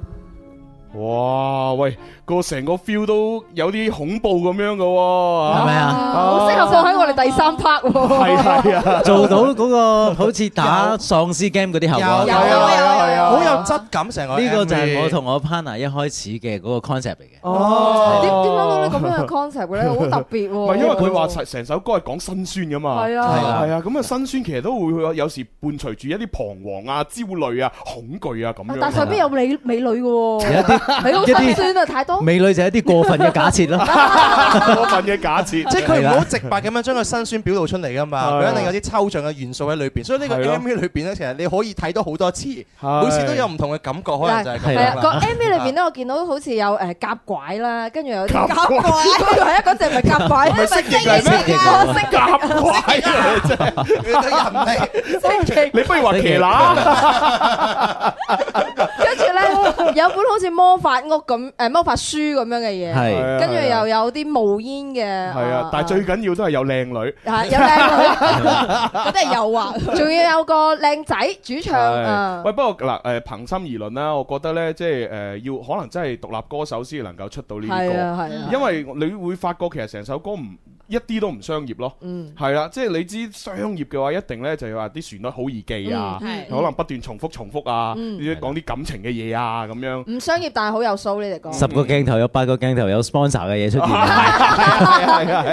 Speaker 3: 哇，喂，個成個 feel 都有啲恐怖咁樣噶喎，
Speaker 9: 係咪啊
Speaker 5: 好適合放喺我哋第三 part 喎。
Speaker 3: 係啊，
Speaker 9: 做到嗰個好似打喪屍 game 嗰啲效果。啊
Speaker 3: 啊
Speaker 2: 好有質感成個
Speaker 9: 呢個就係
Speaker 2: MV
Speaker 9: 我同我 partner 一開始嘅嗰個 concept 嚟 嘅。
Speaker 2: 哦
Speaker 5: 點點諗到你咁樣嘅啊 concept 嘅咧？好特別
Speaker 3: 唔
Speaker 5: 喎。
Speaker 3: 係因為佢話成成首歌係講辛酸噶嘛，
Speaker 5: 係啊係啊
Speaker 3: 係啊，咁啊辛酸其實都會有時伴隨住一啲彷徨啊、焦慮啊、恐懼啊咁樣。
Speaker 5: 但上邊有美美女嘅喎，
Speaker 9: 有一
Speaker 5: 你好
Speaker 9: 啲一
Speaker 5: 心
Speaker 9: 啲
Speaker 5: 酸啊！太多。
Speaker 9: 美女就係一啲過分嘅假設 啦。
Speaker 5: 啊
Speaker 3: 過分嘅假設，
Speaker 2: 即係佢唔好直白咁樣將佢辛酸表露出嚟噶嘛，
Speaker 3: 係
Speaker 2: 佢一定有啲抽象嘅元素喺裏邊。所以呢個
Speaker 3: 係咯
Speaker 2: MV 裏邊咧，其實你可以睇到好多次，每次都有唔同嘅感覺，可能就係咁
Speaker 9: 係
Speaker 5: 係啊，
Speaker 2: 樣
Speaker 5: 個
Speaker 2: 啦。
Speaker 5: MV 裏邊咧，我見到好似有誒夾拐 啦，跟住有啲
Speaker 3: 夾拐
Speaker 5: 係啊，嗰隻咪夾拐，咪識
Speaker 3: 翼嚟咩
Speaker 5: 我識
Speaker 3: 夾怪啊！真係，
Speaker 2: 你睇人哋
Speaker 5: 識
Speaker 3: 你不如話騎乸，
Speaker 5: 啊跟住 咧有本好似魔法屋咁誒魔法書咁樣嘅嘢，
Speaker 9: 係
Speaker 5: 跟住又有啲冒煙嘅，
Speaker 3: 啊係啊，但係最緊要都係有靚女。
Speaker 5: 啊 有靚
Speaker 4: 嗰啲係誘惑。
Speaker 5: 女，仲要有個靚仔主唱
Speaker 3: 係
Speaker 5: 啊，
Speaker 3: 喂，不過嗱，誒，憑心而論啦，我覺得咧，即係誒，要可能真係獨立歌手先能夠出到呢啲
Speaker 5: 係
Speaker 3: 歌，
Speaker 5: 啊係啊，
Speaker 3: 因為你會發覺其實成首歌唔一啲都唔商業咯。
Speaker 5: 嗯
Speaker 3: 係啦，即係你知商業嘅話，一定咧就係話啲旋律好易記啊，
Speaker 4: 嗯係
Speaker 3: 可能不斷重複重複啊，
Speaker 5: 嗯
Speaker 3: 要講啲感情嘅嘢啊咁 樣。
Speaker 5: 唔商業但係好有數你哋講，
Speaker 9: 十個鏡頭有八個鏡頭有 sponsor 嘅嘢出現。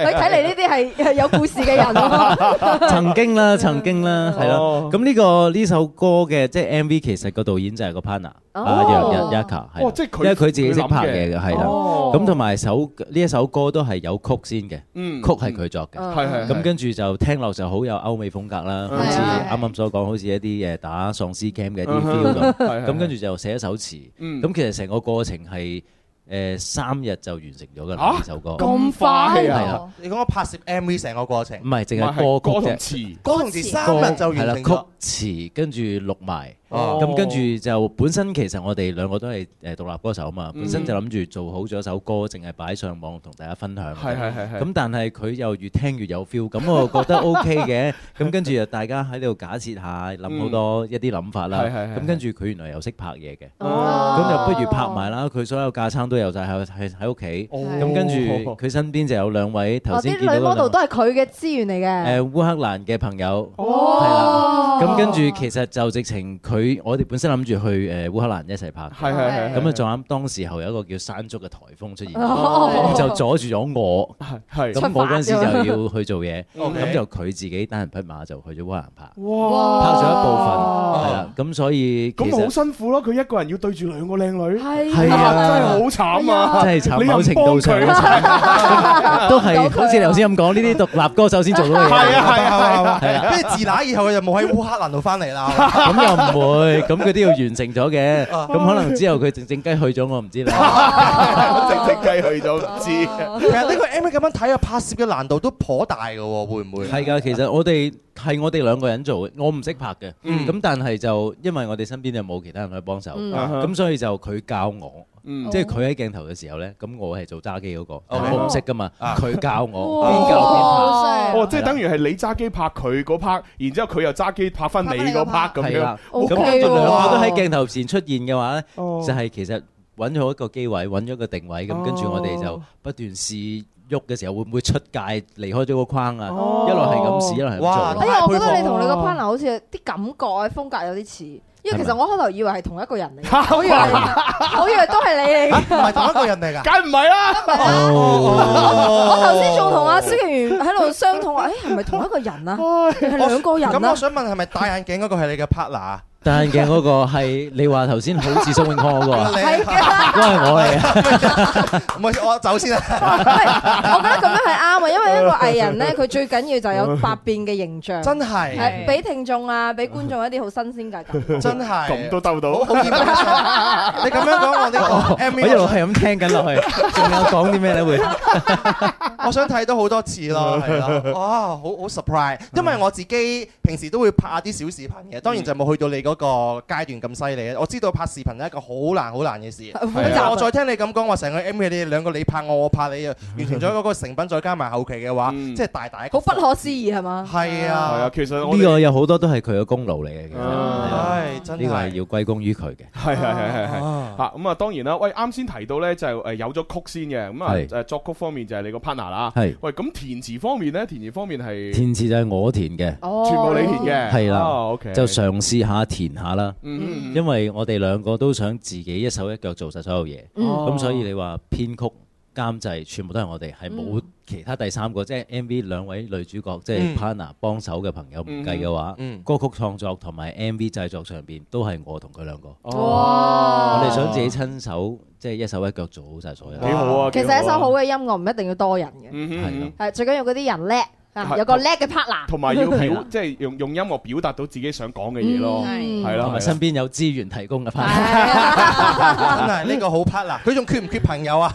Speaker 5: 佢睇嚟呢啲係 係有故事嘅人喎，
Speaker 9: 曾經啦，曾經啦，係
Speaker 3: 哦
Speaker 9: 咯。咁呢個呢首歌嘅即係 MV 其實個導演就係個 partner
Speaker 5: 哦
Speaker 9: 啊，楊楊 Yaka 係啦
Speaker 3: 哦即係佢
Speaker 9: 因為佢自己識拍嘢嘅係啦。
Speaker 3: 哦
Speaker 9: 咁同埋首呢一首歌都係有曲先嘅，
Speaker 3: 嗯
Speaker 9: 曲係佢作嘅。
Speaker 5: 嗯
Speaker 3: 係係
Speaker 9: 咁跟住就聽落就好有歐美風格啦，
Speaker 3: 嗯
Speaker 9: 好似
Speaker 5: 係啊
Speaker 9: 啱啱所講，好似一啲誒打喪屍 game 嘅一
Speaker 3: 嗯
Speaker 9: 啲
Speaker 3: 哼
Speaker 9: feel 咁。
Speaker 3: 係係
Speaker 9: 咁跟住就寫一首詞，
Speaker 3: 嗯
Speaker 9: 咁其實成個過程係誒三日就完成咗㗎啦
Speaker 3: 啊
Speaker 9: 呢首歌，唔
Speaker 3: 咁快
Speaker 9: 係
Speaker 3: 啊！
Speaker 9: 啦
Speaker 2: 你講我拍攝 MV 成個過程，
Speaker 9: 係淨
Speaker 3: 唔係
Speaker 9: 係歌
Speaker 3: 歌
Speaker 9: 曲
Speaker 3: 同
Speaker 9: 啫。
Speaker 3: 詞，
Speaker 2: 歌同字三日就完
Speaker 9: 係啦
Speaker 2: 成咗。
Speaker 9: 曲詞跟住錄埋，
Speaker 2: 哦
Speaker 9: 咁跟住就本身其實我哋兩個都係誒獨立歌手啊嘛，
Speaker 3: 嗯
Speaker 9: 本身就諗住做好咗首歌，淨係擺上網同大家分享。
Speaker 3: 係係係係
Speaker 9: 咁但係佢又越聽越有 feel，咁 我覺得 OK 嘅。咁跟住就大家喺度假設下，諗好多一啲諗法
Speaker 3: 嗯
Speaker 9: 啦。
Speaker 3: 係係係
Speaker 9: 咁跟住佢原來又識拍嘢嘅，
Speaker 5: 哦
Speaker 9: 咁就不如拍埋啦。佢所有架撐都有晒喺喺喺屋企。
Speaker 3: 哦
Speaker 9: 咁跟住佢身邊就有兩位頭
Speaker 5: 哦
Speaker 9: 先
Speaker 5: 啲
Speaker 9: 見到
Speaker 5: 女 model
Speaker 9: 嗰
Speaker 5: 都係
Speaker 9: 兩
Speaker 5: 佢嘅資源嚟嘅，
Speaker 9: 誒烏克蘭嘅朋友。係啦
Speaker 5: 哦，
Speaker 9: 咁跟住其實就直情佢，我哋本身諗住去誒烏克蘭一齊拍嘅，
Speaker 3: 係係係係
Speaker 9: 咁啊撞啱當時候有一個叫山竹嘅颱風出現，
Speaker 5: 哦
Speaker 9: 咁就阻住咗我，
Speaker 3: 係係
Speaker 9: 咁我嗰陣時就要去做 嘢，
Speaker 2: OK
Speaker 9: 咁就佢自己單人匹馬就去咗烏克蘭拍，
Speaker 3: 哇！
Speaker 9: 拍咗一部分，係啦，咁所以其
Speaker 3: 咁咪好
Speaker 9: 實
Speaker 3: 辛苦咯，佢一個人要對住兩個靚女，
Speaker 5: 係
Speaker 9: 係啊
Speaker 3: 真係好慘啊！
Speaker 9: 真係慘，
Speaker 3: 你又
Speaker 9: 某程度上
Speaker 3: 幫佢
Speaker 9: 都 係好似你頭先咁講，呢啲獨立歌手先做到嘅 嘢。
Speaker 3: 係啊係啊係啊！
Speaker 2: 係啊，跟住自那以後佢就冇喺烏克蘭度翻嚟 啦。
Speaker 9: 咁又唔會，咁佢都要完成咗嘅，咁可能之後佢靜靜雞去咗，我唔知啦。
Speaker 3: 靜靜雞去咗唔知，
Speaker 2: 其實呢個 MV 咁樣睇啊，拍攝嘅難度都頗大嘅喎，會唔會？
Speaker 9: 係㗎，其實我哋係我哋兩個人做嘅，我唔識拍嘅，咁但係就因為我哋身邊就冇其他人去幫手，
Speaker 3: 啊
Speaker 9: 咁所以就佢教我，
Speaker 3: 嗯
Speaker 9: 即係佢喺鏡頭嘅時候咧，咁我係做揸機嗰個，
Speaker 2: OK
Speaker 9: 我唔識㗎嘛，
Speaker 2: 啊
Speaker 9: 佢教我
Speaker 5: 哇
Speaker 9: 邊教邊拍。
Speaker 3: 哦，即係等於係你揸機拍佢嗰 part，然之後佢又揸機拍翻你嗰 part 咁
Speaker 9: 係
Speaker 3: 樣
Speaker 9: 啦，，
Speaker 5: OK
Speaker 9: 咁
Speaker 5: 喎
Speaker 9: 跟住兩個都喺鏡頭前出現嘅話咧，
Speaker 3: 哦
Speaker 9: 就係其實揾咗一個機位，揾咗個定位，咁跟住我哋就不斷試喐嘅時候，會唔會出界離開咗個框啊？一路係咁試，一路係咁做
Speaker 2: 哇
Speaker 9: 咯
Speaker 5: 哎。呀，我覺得你同你個 partner 好似啲感覺啊風格有啲似，因為其
Speaker 9: 係咪
Speaker 5: 實我開頭以為係同一個人嚟嘅，我以為係我以為都係你嚟嘅。
Speaker 2: 唔係同一個人 嚟㗎。
Speaker 3: 梗唔係啊啦，
Speaker 9: 哦
Speaker 5: 我
Speaker 2: 我
Speaker 5: 頭先仲
Speaker 2: 哦
Speaker 5: 同阿蕭敬元喺度商討話，誒係咪同一個人啊？係兩個人
Speaker 2: 咁我
Speaker 5: 啊？
Speaker 2: 想問係咪戴眼鏡嗰個係你嘅 partner 啊？
Speaker 9: 戴眼鏡嗰個係你話頭先好似蘇永康嗰個 啊，
Speaker 5: 係嘅，
Speaker 9: 都係我嚟嘅。
Speaker 2: 唔係，我走先啦。
Speaker 5: 喂我覺得咁樣係啱啊，因為一個藝人咧，佢最緊要就有百變嘅形象，
Speaker 2: 真係，
Speaker 5: 係俾聽眾啊，俾觀眾一啲好新鮮嘅感 覺。
Speaker 2: 真係。
Speaker 3: 咁都兜到
Speaker 2: 好。好意味深長你咁樣講我呢個 M
Speaker 9: 哦我一路
Speaker 2: V，
Speaker 9: 係咁聽緊落去，仲有講啲咩咧會？
Speaker 2: 我想睇到好多次咯，係咯，哇，好好 surprise！因為我自己平時都會拍下啲小視頻嘅，當然就冇去到你嗰嗰個階段咁犀利咧？我知道拍視頻係一個好難好難嘅事。
Speaker 3: 複雜啊
Speaker 2: 我再聽你咁講話，成個 M 嘅你哋兩個你拍我，我拍你，完成咗嗰個成品，再加埋後期嘅話，即係大大一個
Speaker 5: 好不可思議係嘛？
Speaker 2: 係啊。
Speaker 3: 係啊，其實 我
Speaker 9: 呢個有好多都係佢嘅功勞嚟嘅，其實
Speaker 3: 啊
Speaker 9: 係啊
Speaker 2: 係真係
Speaker 9: 呢個係要歸功於佢嘅。
Speaker 3: 係係係係係嚇咁啊！當然啦，喂，啱先提到咧就係誒有咗曲先嘅，咁啊
Speaker 9: 係
Speaker 3: 誒作曲方面就係你個 partner 啦。
Speaker 9: 係
Speaker 3: 喂，咁填詞方面咧，填詞方面係
Speaker 9: 填詞就係我填嘅，
Speaker 3: 全部你填嘅，
Speaker 9: 係啦
Speaker 3: 哦，OK，
Speaker 9: 就嘗試下填下啦。
Speaker 3: 嗯
Speaker 9: 因為我哋兩個都想自己一手一腳做晒所有嘢，
Speaker 3: 嗯
Speaker 2: 哦
Speaker 9: 咁所以你話編曲、監製全部都係我哋，係冇其他第三個，即係 MV 兩位女主角即
Speaker 2: 嗯
Speaker 9: 係 partner 幫手嘅朋友唔計嘅話
Speaker 2: 嗯嗯，
Speaker 9: 歌曲創作同埋 MV 製作上邊都係我同佢兩個。
Speaker 2: 哦
Speaker 3: 哇
Speaker 9: 我哋想自己親手即係一手一腳做好晒所有。
Speaker 3: 幾好啊
Speaker 5: 其實一首好嘅音樂唔一定要多 人嘅，
Speaker 3: 嗯
Speaker 9: 係咯
Speaker 3: 哼，
Speaker 5: 係最緊要嗰啲人叻啊，
Speaker 3: 係
Speaker 5: 有個叻嘅 partner，
Speaker 3: 同埋要表即係用用音樂表達到自己想講嘅嘢咯，
Speaker 5: 嗯
Speaker 3: 係啦
Speaker 9: 同，埋身邊有資源提供嘅 partner。
Speaker 5: 啊
Speaker 2: 真係呢個好 partner，佢仲缺唔缺朋友啊？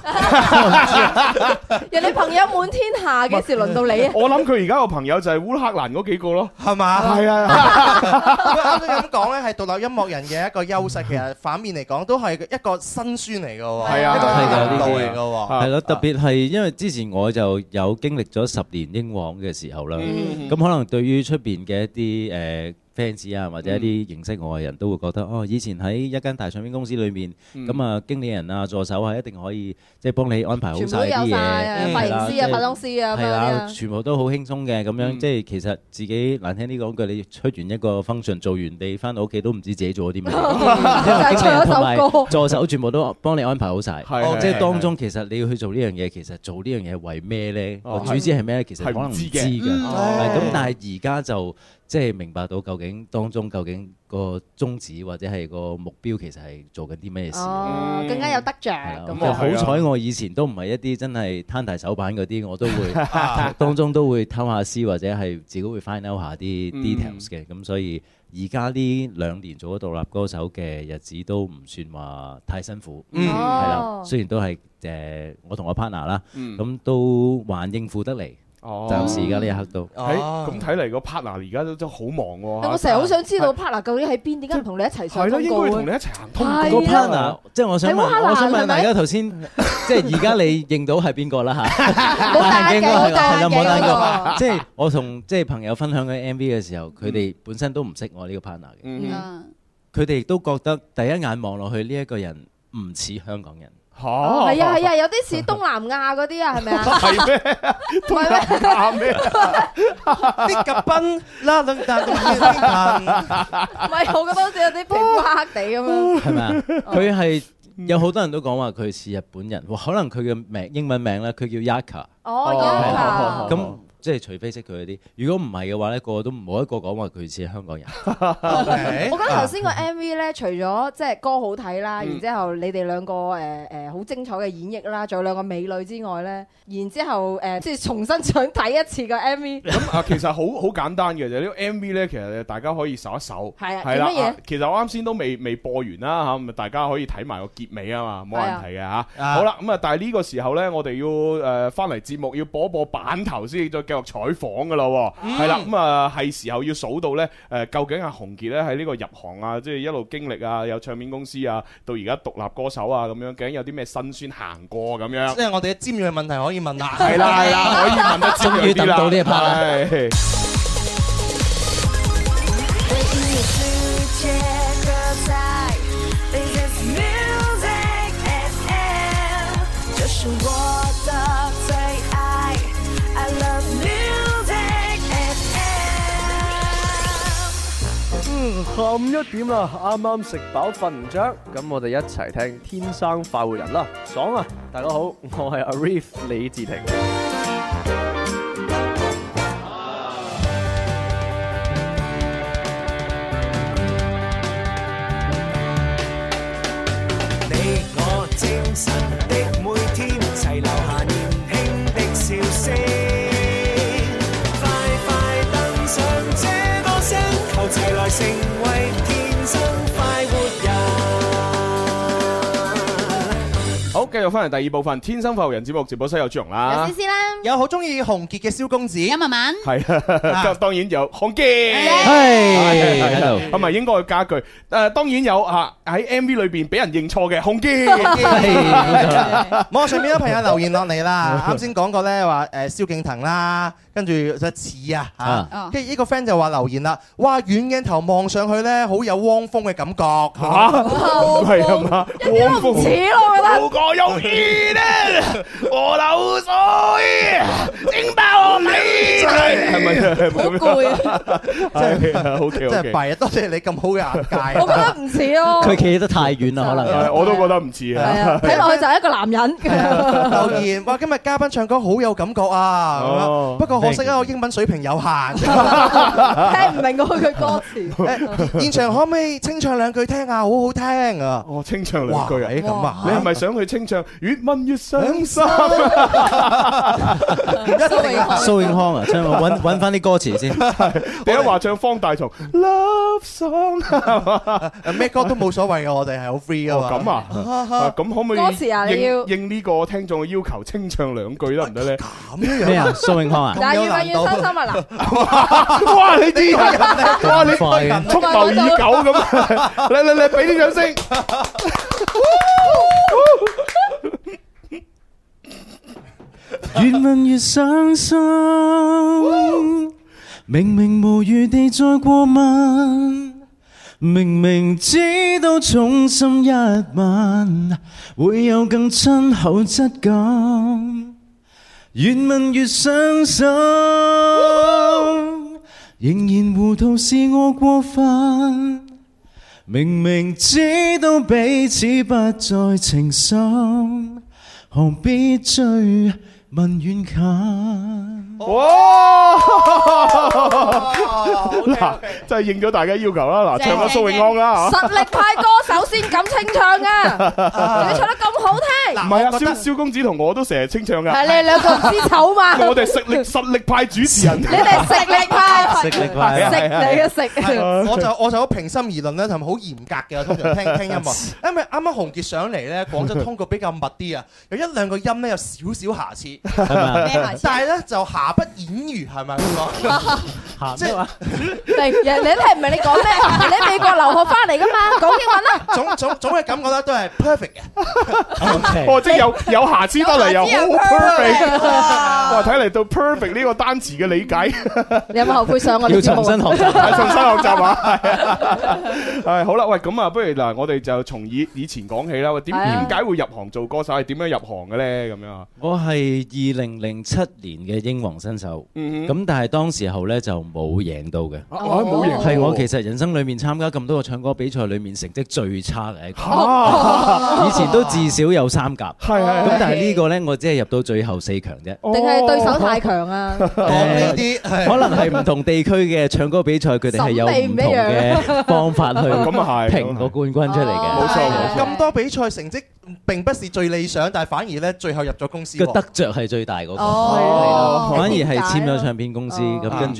Speaker 5: 人哋朋友滿天下，幾時輪到你啊？
Speaker 3: 我諗佢而家個朋友就係烏克蘭嗰幾個咯，
Speaker 2: 係嘛？
Speaker 3: 係啊，
Speaker 2: 啱先咁講咧，係獨立音樂人嘅一個優勢，其實反面嚟講都係一個辛酸嚟嘅喎，
Speaker 3: 嗯係啊
Speaker 2: 一個
Speaker 9: 係㗎呢啲
Speaker 2: 難度嚟嘅喎。
Speaker 3: 啊
Speaker 9: 係咯，特別係因為之前我就有經歷咗十年英皇嘅時候啦，
Speaker 3: 嗯
Speaker 9: 咁可能對於出邊嘅一啲誒 fans 啊，或者一啲認識我嘅人都會覺得，哦，以前喺一間大唱片公司裏面，咁啊經理人啊助手啊一定可以即係幫你安排好
Speaker 5: 全部
Speaker 9: 晒
Speaker 5: 都有
Speaker 9: 啲
Speaker 5: 晒
Speaker 9: 嘢，
Speaker 5: 啊，
Speaker 9: 嗯
Speaker 5: 髮型師啊、
Speaker 9: 係
Speaker 5: 化
Speaker 9: 啦
Speaker 5: 妝師啊咁
Speaker 9: 係
Speaker 5: 樣
Speaker 9: 啦，
Speaker 5: 啊。
Speaker 9: 全部都好輕鬆嘅咁樣，
Speaker 3: 嗯
Speaker 9: 即係其實自己難聽啲講句，你出完一個 function 做完，你翻到屋企都唔知自己 做咗啲乜
Speaker 5: 嗯
Speaker 9: 嘢，因為經理人同埋助手全部都幫你安排好晒。
Speaker 3: 係
Speaker 9: 哦
Speaker 3: 係
Speaker 9: 即
Speaker 3: 係
Speaker 9: 係當中其實你要去做呢樣嘢，其實做呢樣嘢為咩咧？
Speaker 3: 哦
Speaker 9: 我主旨係咩咧？其實可能唔知
Speaker 3: 係唔
Speaker 9: 嘅。係咁但係而家就即係明白到究竟當中究竟個宗旨或者係個目標其實係做緊啲咩事。
Speaker 5: 哦，更加有得着
Speaker 9: 係啦
Speaker 5: 咁
Speaker 9: 咁
Speaker 3: 啊
Speaker 9: 就
Speaker 5: 樣。
Speaker 9: 好彩，我以前都唔係一啲真係攤大手板嗰啲，我都會
Speaker 2: 啊
Speaker 9: 當中都會偷下師或者係自己會 find out 下啲
Speaker 3: 嗯
Speaker 9: details 嘅。咁所以而家呢兩年做咗獨立歌手嘅日子都唔算話太辛苦，係
Speaker 2: 嗯
Speaker 9: 啦
Speaker 5: 哦。
Speaker 9: 雖然都係誒我同我 partner 啦，
Speaker 3: 嗯
Speaker 9: 咁都還應付得嚟，
Speaker 3: 哦
Speaker 9: 暫時而家呢一刻都。
Speaker 3: 誒
Speaker 2: 哦
Speaker 3: 咁睇嚟個 partner 而家都真係好忙喎，
Speaker 5: 我成日好想知道 partner 究竟喺邊，點解唔同你一齊上
Speaker 3: 係咯，
Speaker 5: 通
Speaker 3: 應該
Speaker 5: 告啊
Speaker 3: 同你
Speaker 5: 嘅
Speaker 3: 一齊行通告
Speaker 5: 係啊
Speaker 9: 個
Speaker 5: 咯
Speaker 9: partner，即係我想問，
Speaker 5: 喺烏克蘭
Speaker 9: 我想
Speaker 5: 啊係咪
Speaker 9: 問大家頭先， 即係而家你認到係邊個啦嚇？
Speaker 5: 冇戴眼鏡，冇戴眼
Speaker 9: 冇戴眼
Speaker 5: 鏡
Speaker 9: 即係我同即係朋友分享嘅 M V 嘅時候，佢哋本身都唔識我呢個 partner 嘅，
Speaker 3: 嗯
Speaker 11: 啊
Speaker 9: 佢哋都覺得第一眼望落去呢一個人唔似香港 人，
Speaker 3: 嚇，
Speaker 5: 嗰個。係啊係
Speaker 3: 啊，
Speaker 5: 啊，有啲似東南亞嗰啲啊，係 咪啊？
Speaker 3: 係咩？
Speaker 5: 唔係咩？
Speaker 3: 啱咩？
Speaker 2: 啲夾賓啦，兩大咁嘅
Speaker 5: 唔係，我覺得好似有啲皮膚黑黑地咁
Speaker 3: 哦
Speaker 5: 樣。
Speaker 9: 係咪啊？
Speaker 5: 哦
Speaker 9: 佢係
Speaker 5: 嗯
Speaker 9: 有好多人都講話佢似日本人，哇可能佢嘅名英文名咧，佢叫 Yaka，
Speaker 5: 哦，
Speaker 3: 哦
Speaker 5: 而
Speaker 9: 咁即係除非識佢嗰啲，如果唔係嘅話咧，個個都冇一個講話佢似香 港人。
Speaker 5: 家我覺得
Speaker 2: 啊
Speaker 5: 頭先個 MV 咧，除咗即係歌好睇啦，然之後你哋兩個誒誒好精彩嘅演繹啦，仲有兩個美女之外咧，然之後誒即係重新想睇一次個 MV，
Speaker 3: 咁啊，其實好好簡單嘅啫。呢個 MV 咧，其實大家可以搜一搜。
Speaker 5: 係啊
Speaker 3: 係啦
Speaker 5: 叫乜嘢
Speaker 3: 啊其實我啱先都未未播完啦嚇，咁啊大家可以睇埋個結尾啊嘛，冇問題嘅嚇。
Speaker 2: 啊
Speaker 3: 好啦，咁啊，但係呢個時候咧，我哋要呃誒翻嚟節目要播一播版頭先，再繼續採訪噶啦喎。係啦，咁啊係時候要數到咧誒，究竟阿洪傑咧喺呢個入行啊，即係一路經歷啊，有唱片公司啊，到而家獨立歌手啊咁樣，究竟有啲咩辛酸行過咁 樣？
Speaker 2: 即係我哋嘅尖鋭問題可以問啦。
Speaker 3: 係啦係啦，可以問得
Speaker 9: 終於
Speaker 3: 尖鋭啲
Speaker 9: 等
Speaker 3: 啦
Speaker 9: 到呢一 part 啦
Speaker 3: 係
Speaker 7: 嗯，下午一點啦，啱啱食飽瞓唔着，咁我哋一齊聽《天生快活人》啦，爽
Speaker 8: à.
Speaker 7: 啊！大家好，我係 Arif 李志廷。
Speaker 8: 你我精神的每天，齊留下年輕的笑聲。快快登上這個星球，齊來成為天生快活人。
Speaker 3: 好，繼續又翻嚟第二部分《天生浮人》節目直播室有朱容啦，
Speaker 12: 思思啦，
Speaker 2: 有好中意洪杰嘅蕭公子，
Speaker 7: 有文文，
Speaker 3: 係啊， 當當然有康健，
Speaker 2: 係
Speaker 9: 喺度
Speaker 3: 啊，唔係應該加句誒，當然有啊喺 MV 裏邊俾人認錯嘅康健，
Speaker 2: 網上面有朋友留言落嚟啦，啱先講過咧話誒蕭敬騰啦，跟住就似啊嚇
Speaker 7: 啊，
Speaker 2: 跟住呢個 friend 就話留言啦，哇遠鏡頭望上去咧，好有汪峰嘅感覺
Speaker 3: 嚇， 係啊嘛，汪峰
Speaker 4: 似咯，我覺得
Speaker 3: 好過有氣呢，我流水整爆我你，係咪啊？好攰啊！ 係啊，OK OK，
Speaker 2: 真係弊啊！多謝你咁好嘅眼
Speaker 4: 我 覺
Speaker 2: 界。啊
Speaker 4: 得唔似咯。
Speaker 9: 佢企得太遠啦，可能
Speaker 3: 誒 我都覺得唔似
Speaker 4: 係
Speaker 3: 啊。
Speaker 4: 啊，睇落去就係一個男人。
Speaker 2: 留言哇，今日嘉賓唱歌好有感覺啊！咁
Speaker 3: 哦
Speaker 2: 樣不過可惜啊，我英文水平有限。
Speaker 4: 聽唔明佢嘅歌詞。
Speaker 2: 誒現場可唔可以清唱兩句聽下？好好聽啊！
Speaker 3: 哦，清唱兩
Speaker 2: 哇，
Speaker 3: 句啊！
Speaker 2: 誒咁啊！
Speaker 3: 你係咪想去清唱《越問越傷心》？
Speaker 2: 唔一 定啊！
Speaker 9: 蘇永康啊，真係揾揾翻啲歌 詞先。
Speaker 3: 第一話唱方大同 Love Song 係嘛？
Speaker 2: 咩歌都冇所謂嘅，我哋係好 free
Speaker 3: 哦
Speaker 2: 啊
Speaker 3: 咁
Speaker 2: 嘛。
Speaker 3: 啊，啊咁可唔可以
Speaker 4: 歌詞啊你
Speaker 3: 應
Speaker 4: 要
Speaker 3: 應呢個聽眾嘅要求，清唱兩句得唔得咧？
Speaker 2: 咁樣
Speaker 9: 咩啊？ 蘇永康啊？
Speaker 4: 但係越問越傷心啊！嗱，
Speaker 3: 哇！你啲人， 哇！你
Speaker 9: 快啊
Speaker 3: 蓄謀已久咁，啊嚟嚟嚟，俾啲掌聲。
Speaker 9: 越問越傷心，明明無餘地再過問，明明知道重心一吻會有更親厚質感，越問越傷心，仍然糊塗是我過分。明明知道彼此不再情深，何必追問遠近？
Speaker 3: 哇！
Speaker 2: 哦
Speaker 3: 嗱，真係應咗大家要求啦。嗱，
Speaker 7: 正
Speaker 3: 唱咗蘇永康啊啦嚇，
Speaker 4: 實力派歌手先咁清唱 噶，你唱得咁好聽，
Speaker 3: 唔係啊，
Speaker 2: 我覺
Speaker 3: 蕭
Speaker 2: 得
Speaker 3: 蕭公子同我都成日清唱噶。
Speaker 4: 係你兩個唔知醜 嘛？
Speaker 3: 我哋實力實力派主持 人。
Speaker 4: 你哋食力派，
Speaker 9: 食力
Speaker 3: 係啊
Speaker 9: 派，
Speaker 4: 食你嘅食。
Speaker 2: 我 就我就好平心而論咧，同埋好嚴格嘅，我通常聽聽音樂，因為啱啱洪傑上嚟咧，廣州通告比較密啲啊，有一兩個音咧有少少瑕疵，
Speaker 9: 係
Speaker 6: 네,
Speaker 9: 咪
Speaker 7: 咩牌子
Speaker 2: 但係咧就瑕不掩瑜，係咪咁講？
Speaker 9: 啊？
Speaker 2: 即係
Speaker 4: 明人 你聽唔明你講咩？你喺美國留學翻嚟噶嘛？講英文啦，
Speaker 2: 總總總嘅感覺咧都係 perfect 嘅。
Speaker 9: OK，
Speaker 3: 哦，即係有有瑕疵得嚟又
Speaker 7: 有
Speaker 3: 好
Speaker 7: 瑕疵又
Speaker 3: perfect，
Speaker 7: perfect 哇
Speaker 3: 哇！睇嚟到 perfect 呢個單詞嘅理解，
Speaker 4: 你有冇後悔上我哋
Speaker 9: 要
Speaker 4: 節目
Speaker 9: 重新
Speaker 4: 啊？
Speaker 9: 學習。
Speaker 3: 係重新學習啊！係好啦，喂，咁啊，不如嗱，我哋就從以以前講起啦。喂點
Speaker 4: 係啊
Speaker 3: 點解會入行做歌手？係點樣入行嘅咧？咁樣啊？
Speaker 9: 我係二零零七年嘅英皇新秀，
Speaker 3: 嗯哼
Speaker 9: 咁但係當時候呢就冇贏到嘅。
Speaker 3: 啊我冇贏，
Speaker 9: 係我其實人生裏面參加咁多個唱歌比賽裏面成績最差嘅 一個，以前都至少有三甲。
Speaker 3: 係係
Speaker 9: 咁但係呢個呢，我只係入到最後四強啫。
Speaker 4: 定係對手太強啊？
Speaker 3: 哦
Speaker 2: 講呢啲
Speaker 9: 可
Speaker 2: 係
Speaker 9: 能係唔同地區嘅唱歌比賽，佢哋係有
Speaker 4: 審美唔
Speaker 9: 唔
Speaker 4: 一
Speaker 9: 同
Speaker 4: 樣
Speaker 9: 嘅方法去
Speaker 3: 咁啊係
Speaker 9: 評個冠軍出嚟
Speaker 3: 冇
Speaker 9: 嘅。
Speaker 3: 錯冇錯
Speaker 2: 咁多比賽成績並不是最理想，但係反而咧最後入咗公司
Speaker 9: 個得
Speaker 2: 喎。
Speaker 9: 着係最大嗰 個，
Speaker 4: 哦，
Speaker 9: 反而係簽咗唱片公司。
Speaker 4: 哦
Speaker 3: 啊
Speaker 9: 咁跟住，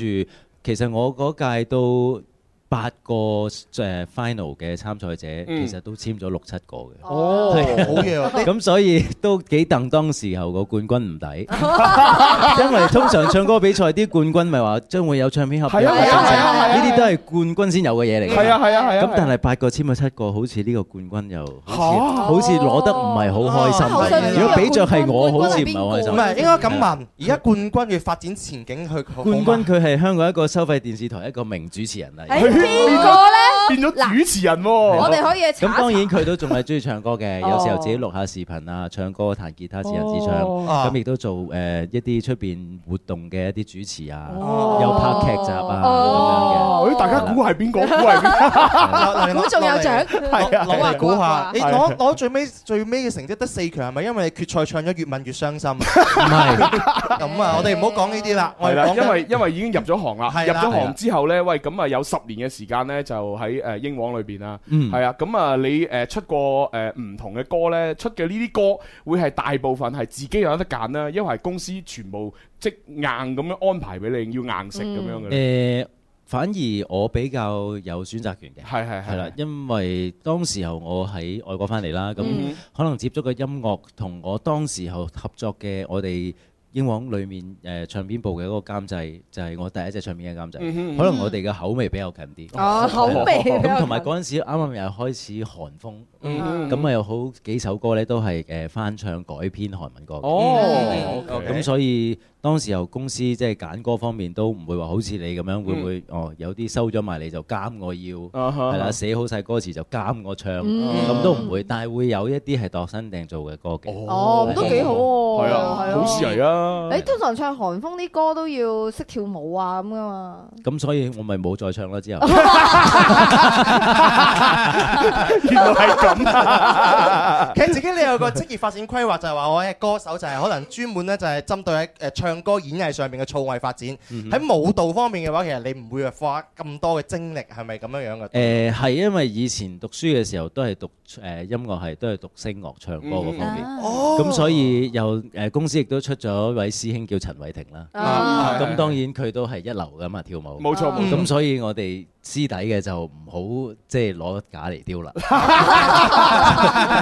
Speaker 9: 其實我嗰屆都八個誒 final 嘅參賽者，
Speaker 3: 嗯
Speaker 9: 其實都簽咗六七個嘅。
Speaker 3: 哦
Speaker 9: 係
Speaker 2: 好 嘢喎！
Speaker 9: 咁所以都幾戥當時候個冠軍唔抵， 因為通常唱歌比賽啲冠軍咪話將會有唱片合
Speaker 3: 係
Speaker 9: 約，
Speaker 3: 啊
Speaker 9: 或者
Speaker 4: 係啊係啊係啊
Speaker 9: 呢啲都係冠軍先有嘅嘢嚟㗎。
Speaker 3: 係啊係啊係啊。
Speaker 9: 咁但係八個簽咗七個，好似呢個冠軍又好似好似攞得唔係好開
Speaker 2: 哦
Speaker 9: 心。如果比着係我，好似唔係好開
Speaker 2: 唔
Speaker 9: 心。
Speaker 2: 係啊應該咁問，而家冠軍嘅發展前景去
Speaker 9: 冠軍佢係香港一個收費電視台一個名主持人嚟，
Speaker 4: 誒邊個咧？
Speaker 3: 變咗主持人
Speaker 4: 我
Speaker 3: 喎。
Speaker 4: 哋可以去
Speaker 9: 咁
Speaker 4: 查
Speaker 9: 當
Speaker 4: 一
Speaker 9: 然佢都仲係中意唱歌 嘅，
Speaker 4: 哦
Speaker 9: 有時候自己錄下視頻啊，唱歌、彈吉他、自人自唱。
Speaker 4: 哦
Speaker 2: 啊
Speaker 9: 咁亦都做誒一啲出邊活動嘅一啲主持啊，
Speaker 3: 哦
Speaker 9: 有拍劇集啊咁樣嘅。
Speaker 4: 哦
Speaker 3: 誒大家估係邊個？估係邊
Speaker 4: 查估仲有 獎，
Speaker 2: 係啊，攞嚟估下
Speaker 4: 哇，
Speaker 2: 你攞攞最尾最尾嘅成績得四強，係咪因為你決賽唱咗《越問越傷心》？
Speaker 9: 唔 係，
Speaker 2: 咁啊，我哋唔好講呢啲啦，我
Speaker 3: 係
Speaker 2: 哋
Speaker 3: 啦，
Speaker 2: 講緊
Speaker 3: 因為因為已經入咗行啦，
Speaker 2: 係
Speaker 3: 入
Speaker 2: 啦
Speaker 3: 咗
Speaker 9: 係
Speaker 3: 行
Speaker 9: 啦
Speaker 3: 之後呢，喂，咁啊有十年嘅時間呢，就喺誒英皇裏邊啦，
Speaker 9: 嗯
Speaker 3: 係啊，咁啊你誒出過誒唔同嘅歌呢，出嘅呢啲歌會係大部分係自己有得揀啦，因為係公司全部即硬咁樣安排俾你，要硬食咁樣嘅咧。
Speaker 9: 誒呃反而我比較有選擇權嘅，
Speaker 3: 係係
Speaker 9: 係啦，因為當時候我喺外國翻嚟啦，咁
Speaker 3: 嗯
Speaker 9: 可能接觸嘅音樂同我當時候合作嘅我哋英皇裡面誒、呃唱片部嘅嗰個監製，就係、我第一隻唱片嘅監製，
Speaker 3: 嗯哼
Speaker 9: 可能我哋嘅口味比較近啲。
Speaker 3: 哦口味比較近
Speaker 9: 咁同埋嗰陣時啱啱又開始韓風，
Speaker 3: 嗯
Speaker 9: 咁啊有好幾首歌咧都係誒翻唱改編韓文歌嘅。
Speaker 3: 哦
Speaker 9: 嗯
Speaker 3: OK
Speaker 9: 咁所以當時候公司即係揀歌方面都唔會話好似你咁樣，
Speaker 3: 嗯
Speaker 9: 會唔會哦有啲收咗埋嚟就監我要
Speaker 3: 啊哈
Speaker 9: 係啦，寫好晒歌詞就監我唱，
Speaker 5: 嗯
Speaker 9: 咁都唔會，但係會有一啲係度身訂做嘅歌嘅。
Speaker 5: 哦咁都幾好喎係啊係啊好事嚟
Speaker 9: 啊
Speaker 5: 你通常唱韓風啲歌都要識跳舞啊咁噶嘛？
Speaker 9: 咁所以我咪冇再唱啦之後。
Speaker 3: 原來係咁
Speaker 2: 啊！ 其實自己你有個職業發展規劃，就係話我係歌手，就係可能專門咧就係針對喺誒唱歌演藝上面嘅造詣發展。喺舞蹈方面嘅話，其實你唔會花咁多嘅精力，係咪咁樣樣嘅？
Speaker 9: 誒係因為以前讀書嘅時候都係讀誒音樂係都係讀聲樂唱歌嗰方面，咁所以又誒公司亦都出咗一位師兄叫陳偉霆啦，
Speaker 3: 啊
Speaker 9: 咁當然佢都係一流噶嘛跳舞，
Speaker 3: 冇錯冇錯
Speaker 9: 咁所以我哋師弟嘅就唔好即係攞假嚟丟啦，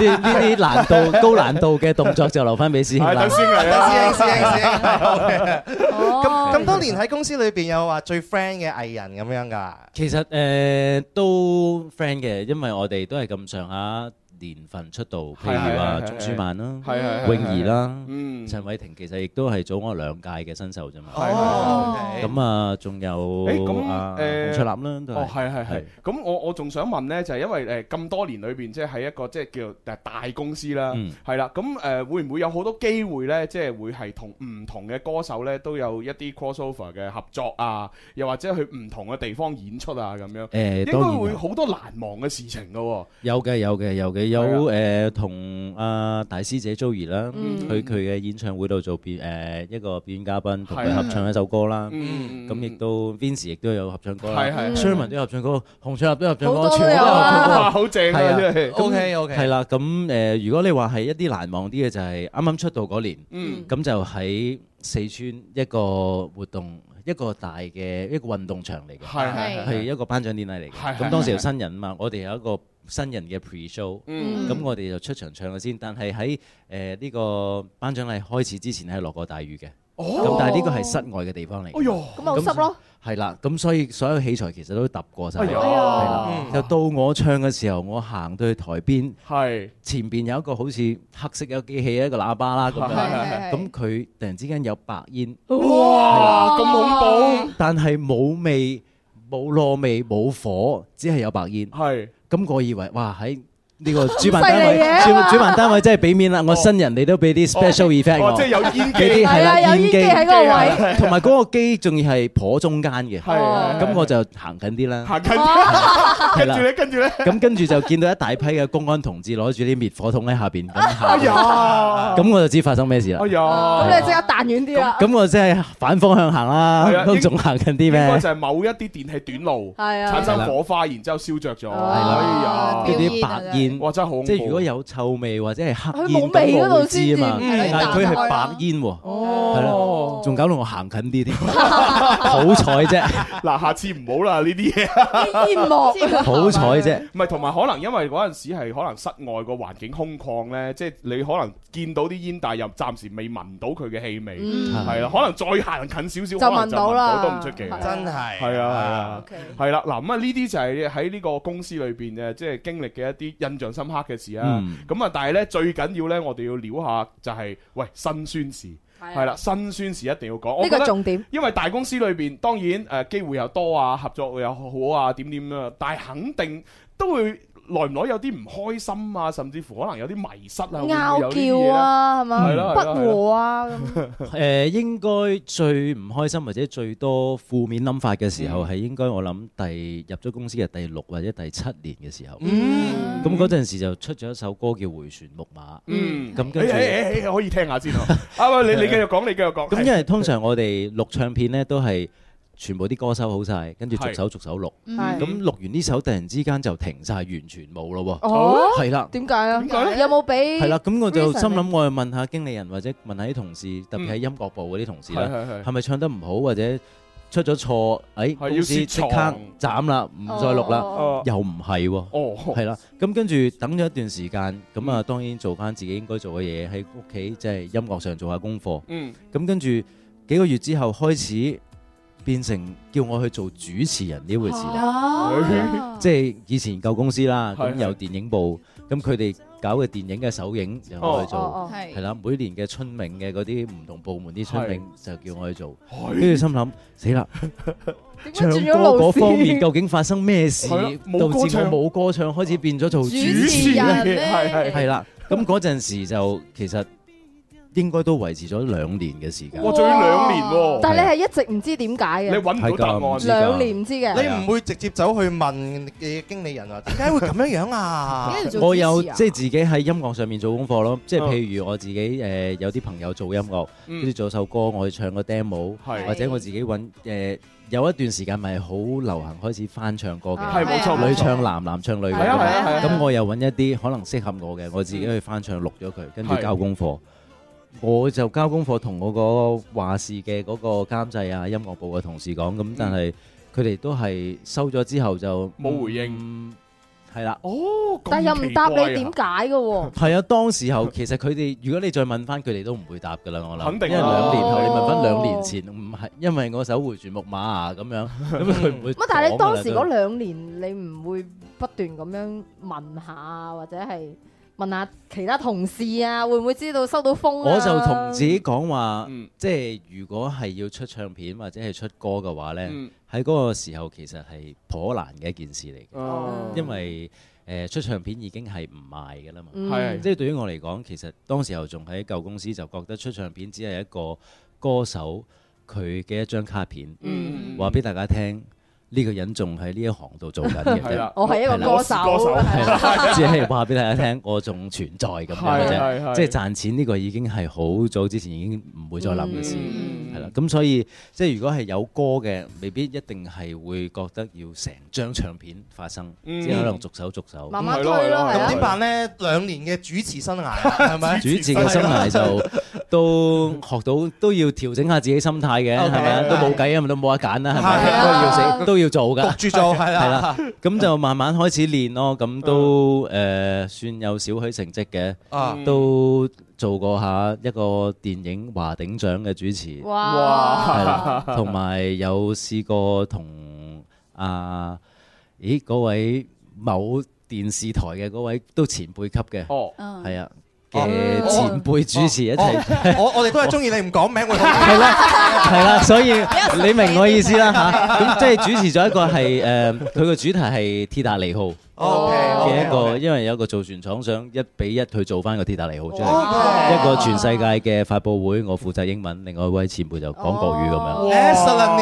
Speaker 9: 呢呢啲難度高難度嘅動作就留翻俾師兄
Speaker 3: 係
Speaker 9: 啦
Speaker 3: 等。師兄嚟
Speaker 2: 等
Speaker 3: 啦
Speaker 2: 師兄師兄師兄好嘅咁咁多年喺公司裏邊有話最 friend 嘅藝人咁樣㗎。
Speaker 9: 其實誒、呃都 friend 嘅，因為我哋都係咁上下年份出道，譬如話
Speaker 3: 係係係
Speaker 9: 鍾舒漫啦
Speaker 3: 係係係、
Speaker 9: 泳兒啦、
Speaker 3: 嗯
Speaker 9: 陳偉霆，其實亦都係早我兩屆嘅新秀啫嘛。
Speaker 3: 係係哦
Speaker 9: 咁啊，仲有
Speaker 3: 誒咁
Speaker 9: 啊
Speaker 3: 誒
Speaker 9: 洪卓立啦，都
Speaker 3: 哦係係係。咁我我仲想問呢，就係因為誒咁多年裏邊，即係喺一個即係叫誒大公司啦
Speaker 9: 嗯，
Speaker 3: 係啦。咁誒會唔會有好多機會呢？即係會係同唔同嘅歌手呢，都有一啲 crossover 嘅合作啊，又或者去唔同嘅地方演出啊咁樣。應
Speaker 9: 誒當然
Speaker 3: 該
Speaker 9: 有
Speaker 3: 會好多難忘嘅事情噶喎。
Speaker 9: 有嘅有嘅有嘅有誒同阿大師姐 Joey 啦，
Speaker 3: 嗯
Speaker 9: 去佢嘅演唱會度做表誒一個表演嘉賓，同
Speaker 3: 係
Speaker 9: 佢
Speaker 3: 啊
Speaker 9: 合唱一首歌啦。
Speaker 3: 嗯
Speaker 9: 咁亦都 Vince 亦都有合唱歌啦
Speaker 3: 係係係
Speaker 9: ，Sherman 都有合唱歌，洪卓立都有合唱
Speaker 3: 嗯好多
Speaker 9: 歌，
Speaker 3: 都
Speaker 9: 全部都有
Speaker 3: 有啊
Speaker 9: 合唱 歌
Speaker 3: 哇好正啊
Speaker 9: 係
Speaker 3: 真係
Speaker 9: 咁
Speaker 3: OK，OK
Speaker 9: 係啦，咁誒如果你話係一啲難忘啲嘅就係啱啱出道嗰年
Speaker 3: 嗯，
Speaker 9: 咁就喺四川一個活動。一個大嘅一個運動場嚟嘅，
Speaker 3: 係係係
Speaker 9: 係一個頒獎典禮
Speaker 3: 係
Speaker 9: 嚟嘅。
Speaker 3: 係
Speaker 9: 咁當時有
Speaker 3: 係
Speaker 9: 新人嘛，我哋有一個新人嘅 pre show，
Speaker 3: 嗯
Speaker 9: 咁我哋就出場唱咗先。但係喺誒呢個頒獎禮開始之前係落過大雨嘅，
Speaker 3: 哦
Speaker 9: 咁但係呢個係室外嘅地方嚟嘅。
Speaker 3: 哎呦咁咪好濕咯。
Speaker 9: 係啦，咁所以所有器材其實都揼過晒。
Speaker 3: 哎
Speaker 9: 係
Speaker 3: 呀
Speaker 9: 啦，
Speaker 3: 嗯
Speaker 9: 就到我唱嘅時候，我行到去台邊，
Speaker 3: 係
Speaker 9: 前邊有一個好似黑色有機器一個喇叭啦咁
Speaker 3: 係係係
Speaker 9: 樣，咁佢突然之間有白煙，
Speaker 3: 哇咁恐怖！
Speaker 9: 但係冇味、冇燶味、冇火，只係有白煙。
Speaker 3: 係
Speaker 9: 咁，我以為哇喺呢 個主辦單位
Speaker 3: 咁犀利嘅，
Speaker 9: 主主辦單位真係俾面啦！我新人你都俾啲 special effect
Speaker 3: 哦
Speaker 9: 我，
Speaker 3: 即係有煙機
Speaker 9: 俾啲係
Speaker 5: Dạ,
Speaker 3: 係
Speaker 9: 啦，
Speaker 3: 啊有煙
Speaker 9: 機
Speaker 3: 機喺嗰個位
Speaker 9: 同埋嗰個機仲要係頗中間嘅，
Speaker 3: 係係係
Speaker 9: 咁我就行緊啲啦，
Speaker 3: 行近
Speaker 5: 哦
Speaker 3: 啲，
Speaker 9: 係
Speaker 3: 跟
Speaker 9: 啦
Speaker 3: 住咧，跟住咧，
Speaker 9: 咁跟住就見到一大批嘅公安同志攞住啲滅火筒喺下邊咁
Speaker 3: 哎
Speaker 9: 行，
Speaker 3: 呀，
Speaker 9: 咁我就知發生咩事啦
Speaker 3: 哎。呀，
Speaker 5: 哦咁你即刻彈遠
Speaker 3: 哎
Speaker 5: 啲啦。
Speaker 9: 咁我真係反方向行
Speaker 3: 係
Speaker 9: 啦
Speaker 3: 啊，
Speaker 9: 都仲行緊啲
Speaker 3: 應該就
Speaker 9: 咩？
Speaker 3: 係某一啲電器短路，
Speaker 5: 係啊哦
Speaker 3: 產生火花，然之後燒着咗，
Speaker 9: 啦
Speaker 3: 哎呀，
Speaker 9: 嗰啲白煙，
Speaker 3: 哇真係好恐怖啊
Speaker 9: 即係如果有臭味或者係黑煙，
Speaker 5: 佢冇味嗰度
Speaker 9: 咁我會知啊嘛。
Speaker 5: 先至唔係
Speaker 9: 但係佢
Speaker 3: 啊
Speaker 9: 係白煙喎，
Speaker 3: 哦
Speaker 5: Dạ.
Speaker 9: 係啦，仲搞到我行近啲添，好彩啫。
Speaker 3: 嗱，下次唔好啦呢啲
Speaker 5: 啲煙幕
Speaker 3: 嘢，
Speaker 9: 好彩啫。
Speaker 3: 唔係，同埋可能因為嗰陣時係可能室外個環境空曠咧，即係你可能見到啲煙，但係又暫時未聞到佢嘅氣味，
Speaker 5: 嗯
Speaker 3: 係啊啦，可能再行近少
Speaker 5: 就
Speaker 3: 少，可能
Speaker 5: 聞到啦
Speaker 3: 就聞都唔出奇，
Speaker 2: 真係
Speaker 3: 係啊
Speaker 2: 啊
Speaker 3: 係啊，係啦嗱咁啊呢啲就係喺呢個公司裏邊嘅即係經歷嘅一啲印象深刻嘅事啊
Speaker 9: 嗯。
Speaker 3: 咁啊，但係咧最緊要咧，我哋要撩下就係喂辛酸事。
Speaker 5: 係啊
Speaker 3: 係啦，辛酸事一定要講。
Speaker 5: 呢個
Speaker 3: 我覺得
Speaker 5: 重點
Speaker 3: 因為大公司裏邊當然誒、呃、機會又多啊，合作又好啊，點點啊，但係肯定都會耐唔耐有啲唔開心啊，甚至乎可能有啲迷失啊，會唔會
Speaker 5: 拗
Speaker 3: 有呢啲嘢呢
Speaker 5: 撬啊，係嘛
Speaker 3: 係咯？係咯
Speaker 5: 不和啊咁。
Speaker 9: 誒呃應該最唔開心或者最多負面諗法嘅時候
Speaker 3: 嗯
Speaker 9: 係應該我諗第入咗公司嘅第六或者第七年嘅時候，咁嗰陣時就出咗一首歌叫《回旋木馬》，
Speaker 3: 嗯，
Speaker 9: 咁跟住
Speaker 3: 誒誒誒誒可以聽下先啊。啊，喂你你繼續講，你繼續講。
Speaker 9: 咁因為通常我哋錄唱片呢都係全部啲歌收好晒，跟住逐首逐首錄，
Speaker 3: 嗯
Speaker 9: 咁錄完呢首突然之間就停晒，完全冇咯
Speaker 5: 哦
Speaker 9: 喎，係啦。
Speaker 5: 點解啊？
Speaker 3: 解咧
Speaker 5: 有冇俾？
Speaker 9: 係啦，咁我就
Speaker 5: reason
Speaker 9: 心
Speaker 5: 你
Speaker 9: 諗，我又
Speaker 3: 嗯
Speaker 9: 問下經理人或者問下啲同事，特別係音樂部嗰啲同事啦
Speaker 3: 係係係，
Speaker 9: 係咪唱得唔好或者出咗錯，誒
Speaker 3: 係要
Speaker 9: 公司
Speaker 3: 雪
Speaker 9: 即
Speaker 3: 藏
Speaker 9: 刻斬啦，唔再錄啦
Speaker 3: 哦，
Speaker 9: 又唔係喎，
Speaker 3: 哦
Speaker 9: 係啦，咁跟住等咗一段時間，咁
Speaker 3: 嗯
Speaker 9: 啊當然做翻自己應該做嘅嘢，喺屋企即係音樂上做下功課，
Speaker 3: 嗯
Speaker 9: 咁跟住幾個月之後開始變成叫我去做主持人呢回事啦。
Speaker 3: 哦
Speaker 9: 即係以前舊公司啦，
Speaker 3: 係
Speaker 9: 咁有電影部，咁佢哋搞嘅電影嘅首映就
Speaker 5: Ờ,
Speaker 9: 我去
Speaker 5: 아.
Speaker 3: 哦
Speaker 9: 做
Speaker 3: 哦，
Speaker 6: 네.
Speaker 3: 係
Speaker 9: 係啦，每年嘅春茗嘅嗰啲唔同部門啲春茗就叫我去做，
Speaker 3: 係
Speaker 9: 跟住心諗死啦，
Speaker 3: 解
Speaker 9: 唱歌
Speaker 3: 轉咗路線
Speaker 9: 嗰方面究竟發生咩事，
Speaker 3: 係啦冇
Speaker 9: 導致我
Speaker 3: 歌唱
Speaker 9: 冇歌唱，開始變咗做
Speaker 3: 主持人咧係係
Speaker 9: 係啦，咁嗰陣時就其實應該都維持咗兩年嘅時間，
Speaker 3: 哇仲要兩年喎
Speaker 5: 但係你係一直唔知點解
Speaker 3: 啊
Speaker 5: 嘅，
Speaker 9: 係㗎唔知㗎
Speaker 5: 兩年唔知嘅，
Speaker 2: 你唔會直接走去問嘅經理人話點解會咁樣樣 啊？
Speaker 9: 我有即係自己喺音樂上面做功課咯，即係譬如我自己誒有啲朋友做音樂，
Speaker 2: 嗯
Speaker 9: 跟住做首歌，我去唱個 demo，
Speaker 3: 係
Speaker 9: 或者我自己揾誒有一段時間咪好流行開始翻唱歌嘅，
Speaker 3: 係冇錯冇錯
Speaker 9: 女唱男，男唱女咁樣。
Speaker 3: 係啊係啊係啊
Speaker 9: 咁我又揾一啲可能適合我嘅，我自己去翻唱錄咗佢，跟住
Speaker 3: 係
Speaker 9: 交功課。我就交功課同我個話事嘅嗰個監製啊、音樂部嘅同事講，咁但係佢哋都係收咗之後就
Speaker 3: 冇回
Speaker 9: 應，係啦。
Speaker 3: 哦，
Speaker 5: 但係又唔答你點解嘅喎。
Speaker 9: 係啊，當時候其實佢哋，如果你再問翻佢哋都唔會答噶啦，我諗。
Speaker 3: 肯定
Speaker 9: 因為
Speaker 3: 啦
Speaker 9: 兩年後你問翻兩年前，唔係因為我手回旋木馬啊咁樣，咁佢唔會講㗎啦。
Speaker 5: 乜？但係你當時嗰
Speaker 9: 都
Speaker 5: 兩年，你唔會不斷咁樣問下，或者係問下其他同事啊，會唔會知道收到風啊？
Speaker 9: 我就同自己講話，
Speaker 3: 嗯
Speaker 9: 即係如果係要出唱片或者係出歌嘅話呢，
Speaker 3: 嗯
Speaker 9: 喺嗰個時候其實係頗難嘅一件事嚟
Speaker 3: 哦
Speaker 9: 嘅，因為誒出唱片已經係唔賣嘅啦嘛，
Speaker 3: 嗯係
Speaker 9: 即係對於我嚟講，其實當時候仲喺舊公司就覺得出唱片只係一個歌手佢嘅一張卡片
Speaker 3: 嗯，
Speaker 9: 話俾大家聽。呢個人仲喺呢一行度做緊嘅
Speaker 3: 係啦
Speaker 9: 啫，
Speaker 3: 我係一個
Speaker 9: 係啦
Speaker 3: 歌手我是歌手，
Speaker 9: 係啦只係話俾大家聽，我仲存在咁樣嘅
Speaker 3: 係係係
Speaker 9: 啫，即係賺錢呢個已經係好早之前已經唔會再諗嘅事，
Speaker 3: 嗯
Speaker 9: 係啦、咁所以即係如果係有歌嘅，未必一定係會覺得要成張唱片發生，
Speaker 2: 嗯
Speaker 9: 只可能逐首逐首。
Speaker 2: 慢慢推
Speaker 5: 咯係咯係咯
Speaker 3: 啊
Speaker 2: 咁點辦呢？兩年嘅主持生涯啊係咪？
Speaker 9: 主持嘅生涯就都學到都要調整下自己心態嘅，係咪啊？都冇計啊，都冇得揀啦，係咪？都要死，都要做
Speaker 2: 焗
Speaker 9: 㗎。
Speaker 2: 住做係啦
Speaker 9: 咁就慢慢開始練咯，咁都誒算有少許成績
Speaker 2: 啊
Speaker 9: 嘅，都做過下一個電影華鼎獎嘅主持，
Speaker 3: 哇
Speaker 9: 係啦同埋有試過同啊，咦嗰位某電視台嘅嗰位都前輩級嘅，
Speaker 3: 哦
Speaker 6: 어.
Speaker 9: 係啊。嘅
Speaker 2: 哦
Speaker 9: 前輩主持一齊，
Speaker 2: 哦我我哋 都係中意你唔講名，我哋
Speaker 9: 係啦，係啦， 所以你明我意思啦吓，咁即係主持咗一個係誒，佢個主題係鐵達尼號
Speaker 2: 哦
Speaker 9: 嘅一個，因為有一個造船廠想一比一去做翻個鐵達尼號出
Speaker 2: 哦
Speaker 9: 嚟，一個全世界嘅發佈會，我負責英文，另外一位前輩就講國語咁
Speaker 2: 哦
Speaker 9: 樣。
Speaker 2: Excellent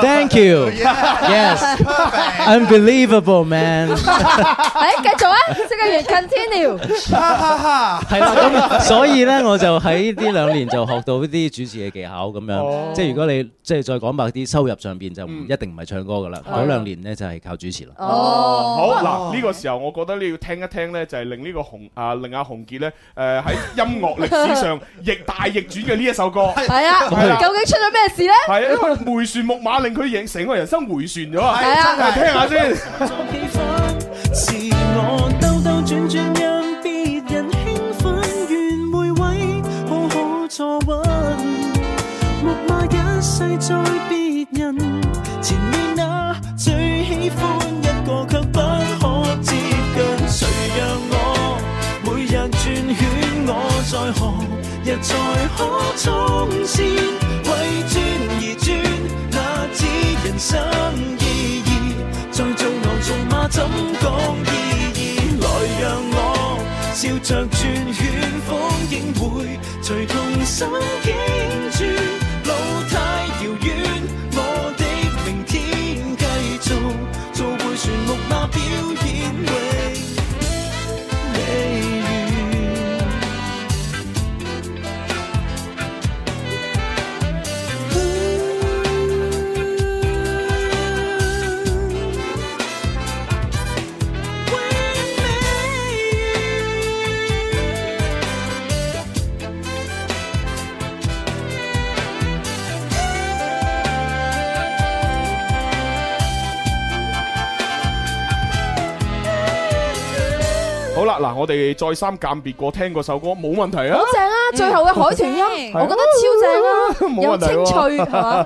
Speaker 9: Thank you, yes, unbelievable man。
Speaker 5: 誒，繼續啊，即 刻完 continue。
Speaker 2: 哈哈哈！
Speaker 9: 係啦，
Speaker 3: 啊
Speaker 9: 咁所以咧，我就喺呢兩年就學到啲主持嘅技巧咁
Speaker 3: 哦嗯
Speaker 9: 樣。即係如果你即係再講白啲，收入上邊就唔一定唔係唱歌噶啦。
Speaker 3: 係哦
Speaker 9: 嗰兩年咧就係靠主持啦。
Speaker 3: 好嗱，呢個時候我覺得你要聽一聽咧，就係令呢個洪啊令阿洪傑咧誒喺音樂歷史上逆大逆轉嘅呢一首歌。
Speaker 5: 係
Speaker 3: 係
Speaker 5: 啊，
Speaker 3: 啦
Speaker 5: 究竟出咗咩事咧？
Speaker 3: 係啊，因為回旋木馬令佢影成個人生回旋咗啊！
Speaker 5: 係啊
Speaker 3: 真係聽下先。
Speaker 8: 是我兜兜轉轉讓別人興奮，願每位好好坐穩。木馬一世在別人，前面那最喜歡一個卻不可接近。誰讓我每日轉圈，我在何日才可衝線？為轉而轉，那只人生意義。再做牛做馬怎講意義？來讓我笑着轉圈，風景會隨同心境轉。路太遙遠，我的明天繼續做回旋木馬表演，永未完。
Speaker 3: 好啦，嗱，我哋再三鑑別過，聽嗰首歌冇問 題啊，
Speaker 5: 好正啊！最後嘅海豚音，
Speaker 3: 嗯
Speaker 5: 我
Speaker 3: 冇問
Speaker 5: 覺得超正啊，又
Speaker 3: 題喎
Speaker 5: 清脆係嘛？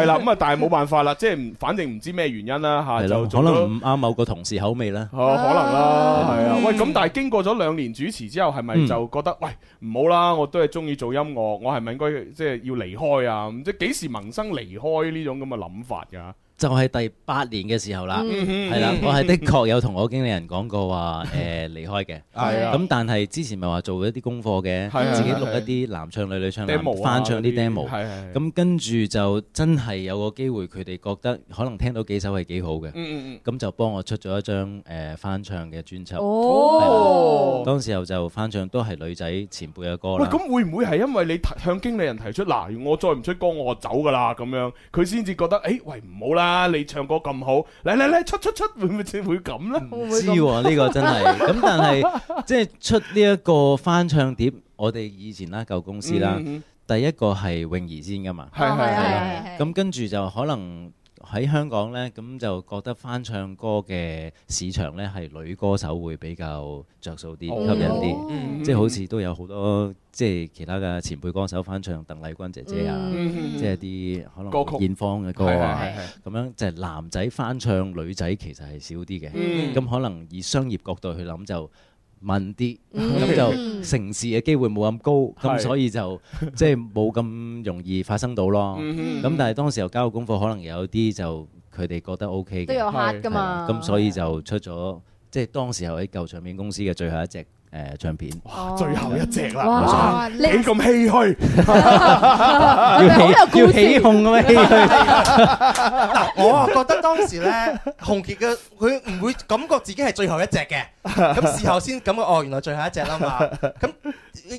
Speaker 3: 係啦，咁啊，但係冇辦法啦，即係反正唔知咩原因啦吓，
Speaker 9: 係
Speaker 3: 啊就
Speaker 9: 咯，
Speaker 3: 做
Speaker 9: 可
Speaker 3: 咗
Speaker 9: 能唔啱某個同事口味啦。
Speaker 3: 哦，可能啦，係啊，喂，咁但係經過咗兩年主持之後，係咪
Speaker 9: 嗯
Speaker 3: 就覺得喂唔好啦？我都係中意做音樂，我係咪應該即係要離開啊？咁即係幾時萌生離開呢種咁嘅諗法㗎？
Speaker 9: 就係第八年嘅時候啦，
Speaker 3: 嗯
Speaker 9: 係啦
Speaker 3: 嗯，
Speaker 9: 我係的確有同我經理人講過話 誒離開嘅，
Speaker 3: 係啊
Speaker 9: 咁但係之前咪話做一啲功課
Speaker 3: 係
Speaker 9: 嘅，
Speaker 3: 係
Speaker 9: 自己錄一啲男唱女女唱男
Speaker 3: demo 啊
Speaker 9: 翻唱啲
Speaker 3: 嗰啲
Speaker 9: demo，
Speaker 3: 係係係
Speaker 9: 咁跟住就真係有個機會，佢哋覺得可能聽到幾首係幾好嘅，
Speaker 3: 嗯嗯
Speaker 9: 咁就幫我出咗一張誒翻唱嘅專輯，
Speaker 3: 哦
Speaker 9: 係啦當時候就翻唱都係女仔前輩嘅歌
Speaker 3: 喂，
Speaker 9: 啦。
Speaker 3: 咁會唔會係因為你提向經理人提出嗱，我再唔出歌我就走㗎啦咁樣，佢先至覺得誒喂唔好啦，你唱歌咁好，嚟嚟嚟出出出，會唔會 會咁咧？
Speaker 9: 唔知喎，呢個真係咁，但係即係出呢一個翻唱碟，我哋以前啦舊公司啦
Speaker 3: 嗯嗯，
Speaker 9: 第一個係泳兒先噶嘛，
Speaker 3: 係係係
Speaker 9: 啦
Speaker 3: 係係
Speaker 9: 咁跟住就可能喺香港呢，咁就覺得翻唱歌嘅市場呢，係女歌手會比較着數啲、
Speaker 3: 哦
Speaker 9: 吸引
Speaker 3: 嗯
Speaker 9: 啲，即係好似都有好多即係其他嘅前輩歌手翻唱鄧麗君姐姐啊
Speaker 3: 嗯，
Speaker 9: 即係啲可能
Speaker 3: 歌曲
Speaker 9: 梅艷芳嘅歌啊
Speaker 3: 係係係係。
Speaker 9: 咁樣就係男仔翻唱女仔其實係少啲嘅，咁、
Speaker 3: 嗯
Speaker 9: 可能以商業角度去諗就問啲，咁、
Speaker 3: 嗯
Speaker 9: 就成事嘅機會冇咁高，
Speaker 3: 係
Speaker 9: 咁所 以就即係冇咁容易發生到咯。咁、
Speaker 3: 嗯
Speaker 9: 但係當時候交嘅功課可能有啲就佢哋覺得 O K 嘅，
Speaker 5: 都有客㗎嘛
Speaker 9: 係啦咁所以就出咗即係當時候喺舊唱片公司嘅最後一隻誒、呃唱片，
Speaker 3: 最後一隻啦，
Speaker 9: 哇
Speaker 3: 哇幾咁唏噓。
Speaker 9: 要
Speaker 2: 你好有
Speaker 9: 起
Speaker 2: 故
Speaker 9: 要
Speaker 2: 事
Speaker 9: 起哄 咁樣起
Speaker 2: 嗱，我啊覺得當時咧，洪傑嘅佢唔會感覺自己係最後一隻嘅，咁事後先感覺哦，原來最後一隻啦嘛。咁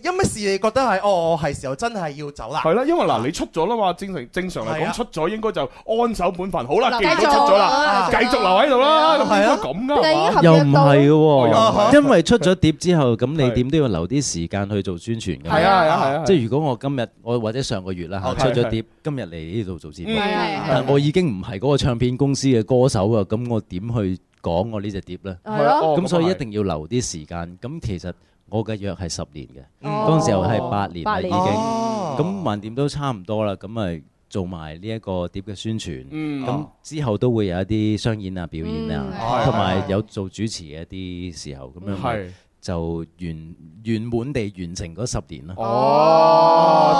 Speaker 2: 因乜事你覺得係哦，我係時候真係要走啦。
Speaker 5: 哦
Speaker 3: 係啦，因為嗱，你出咗啦嘛，正常正常嚟
Speaker 2: 係啊
Speaker 3: 講，出咗應該就安守本分。好啦，
Speaker 5: 嗱
Speaker 3: 既然都
Speaker 5: 繼
Speaker 3: 出
Speaker 5: 續
Speaker 3: 咗啦，
Speaker 5: 啦
Speaker 3: 繼
Speaker 5: 繼
Speaker 3: 續
Speaker 5: 續啦
Speaker 3: 留喺度啦，咁應該咁噶
Speaker 5: 但係已經合
Speaker 3: 係嘛。
Speaker 9: 又唔係嘅
Speaker 3: 哦
Speaker 9: 喎，
Speaker 3: 又唔係
Speaker 9: 因為出咗碟之後，咁你點都要留啲時間去做宣傳㗎嘛。
Speaker 3: 係啊係啊係啊
Speaker 9: 即係如果我今日我或者上個月啦嚇
Speaker 3: 係
Speaker 9: 出咗
Speaker 3: 係
Speaker 9: 碟，今日嚟呢度做節目
Speaker 3: 嗯係係係，
Speaker 9: 但我已經唔係嗰個唱片公司嘅歌手啊，咁我點去講我呢只碟呢？
Speaker 3: 係咯
Speaker 9: 咁所以
Speaker 3: 哦咁啊係
Speaker 9: 一定要留啲時間。咁其實我嘅約係十年嘅，
Speaker 2: 嗯
Speaker 3: 哦
Speaker 9: 當時候係八年
Speaker 3: 八
Speaker 9: 啦已
Speaker 3: 年
Speaker 9: 經。
Speaker 3: 哦
Speaker 9: 咁橫掂都差唔多啦，咁咪做埋呢一個碟嘅宣傳。
Speaker 3: 嗯
Speaker 9: 咁之後都會有一啲商演啊、表演啊
Speaker 3: 嗯，
Speaker 9: 同埋有做主持嘅一啲時候，咁樣
Speaker 3: 係
Speaker 9: 咪就完圓滿地完成嗰十年啦。
Speaker 3: 哦，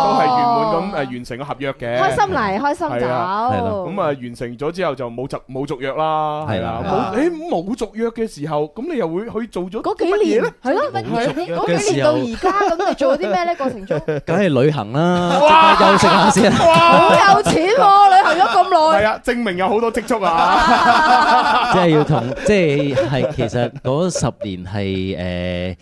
Speaker 3: 都係圓滿咁誒完成個合約嘅。
Speaker 5: 開心嚟開心走
Speaker 3: 係啊係啦咁啊完成咗之後就冇續冇續約啦，係
Speaker 9: 係啦
Speaker 3: 啦。冇誒冇續約嘅時候，咁你又會去做咗
Speaker 5: 嗰幾
Speaker 3: 啲乜嘢
Speaker 5: 年
Speaker 3: 咧？
Speaker 5: 係咯，你嗰幾年到而家咁，你做咗啲咩咧？過 程中
Speaker 9: 梗係旅行啦， 即刻休息下先。
Speaker 5: 好有錢喎！旅行咗咁耐，
Speaker 3: 係啊，證明有好多積 蓄啊。
Speaker 9: 即係要同，即係係其實嗰十年係誒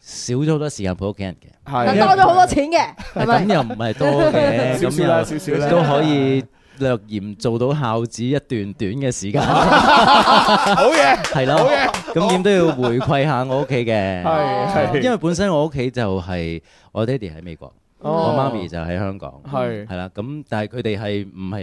Speaker 9: 少咗好多時間陪屋企人嘅，
Speaker 5: 但多咗好多錢嘅，係咪？
Speaker 9: 咁又唔係多嘅，
Speaker 3: 少
Speaker 9: 咁
Speaker 3: 少啦
Speaker 9: 又
Speaker 3: 少少啦
Speaker 9: 都可以略嫌做到孝子一段短嘅時間。
Speaker 3: 好嘢，
Speaker 9: 係咯，咁點都要回饋下我屋企嘅，
Speaker 3: 係係
Speaker 9: 因為本身我屋企就係我爹哋喺美國，
Speaker 3: 哦
Speaker 9: 我媽咪就喺香港，
Speaker 3: 係
Speaker 9: 係啦，咁但係佢哋係唔係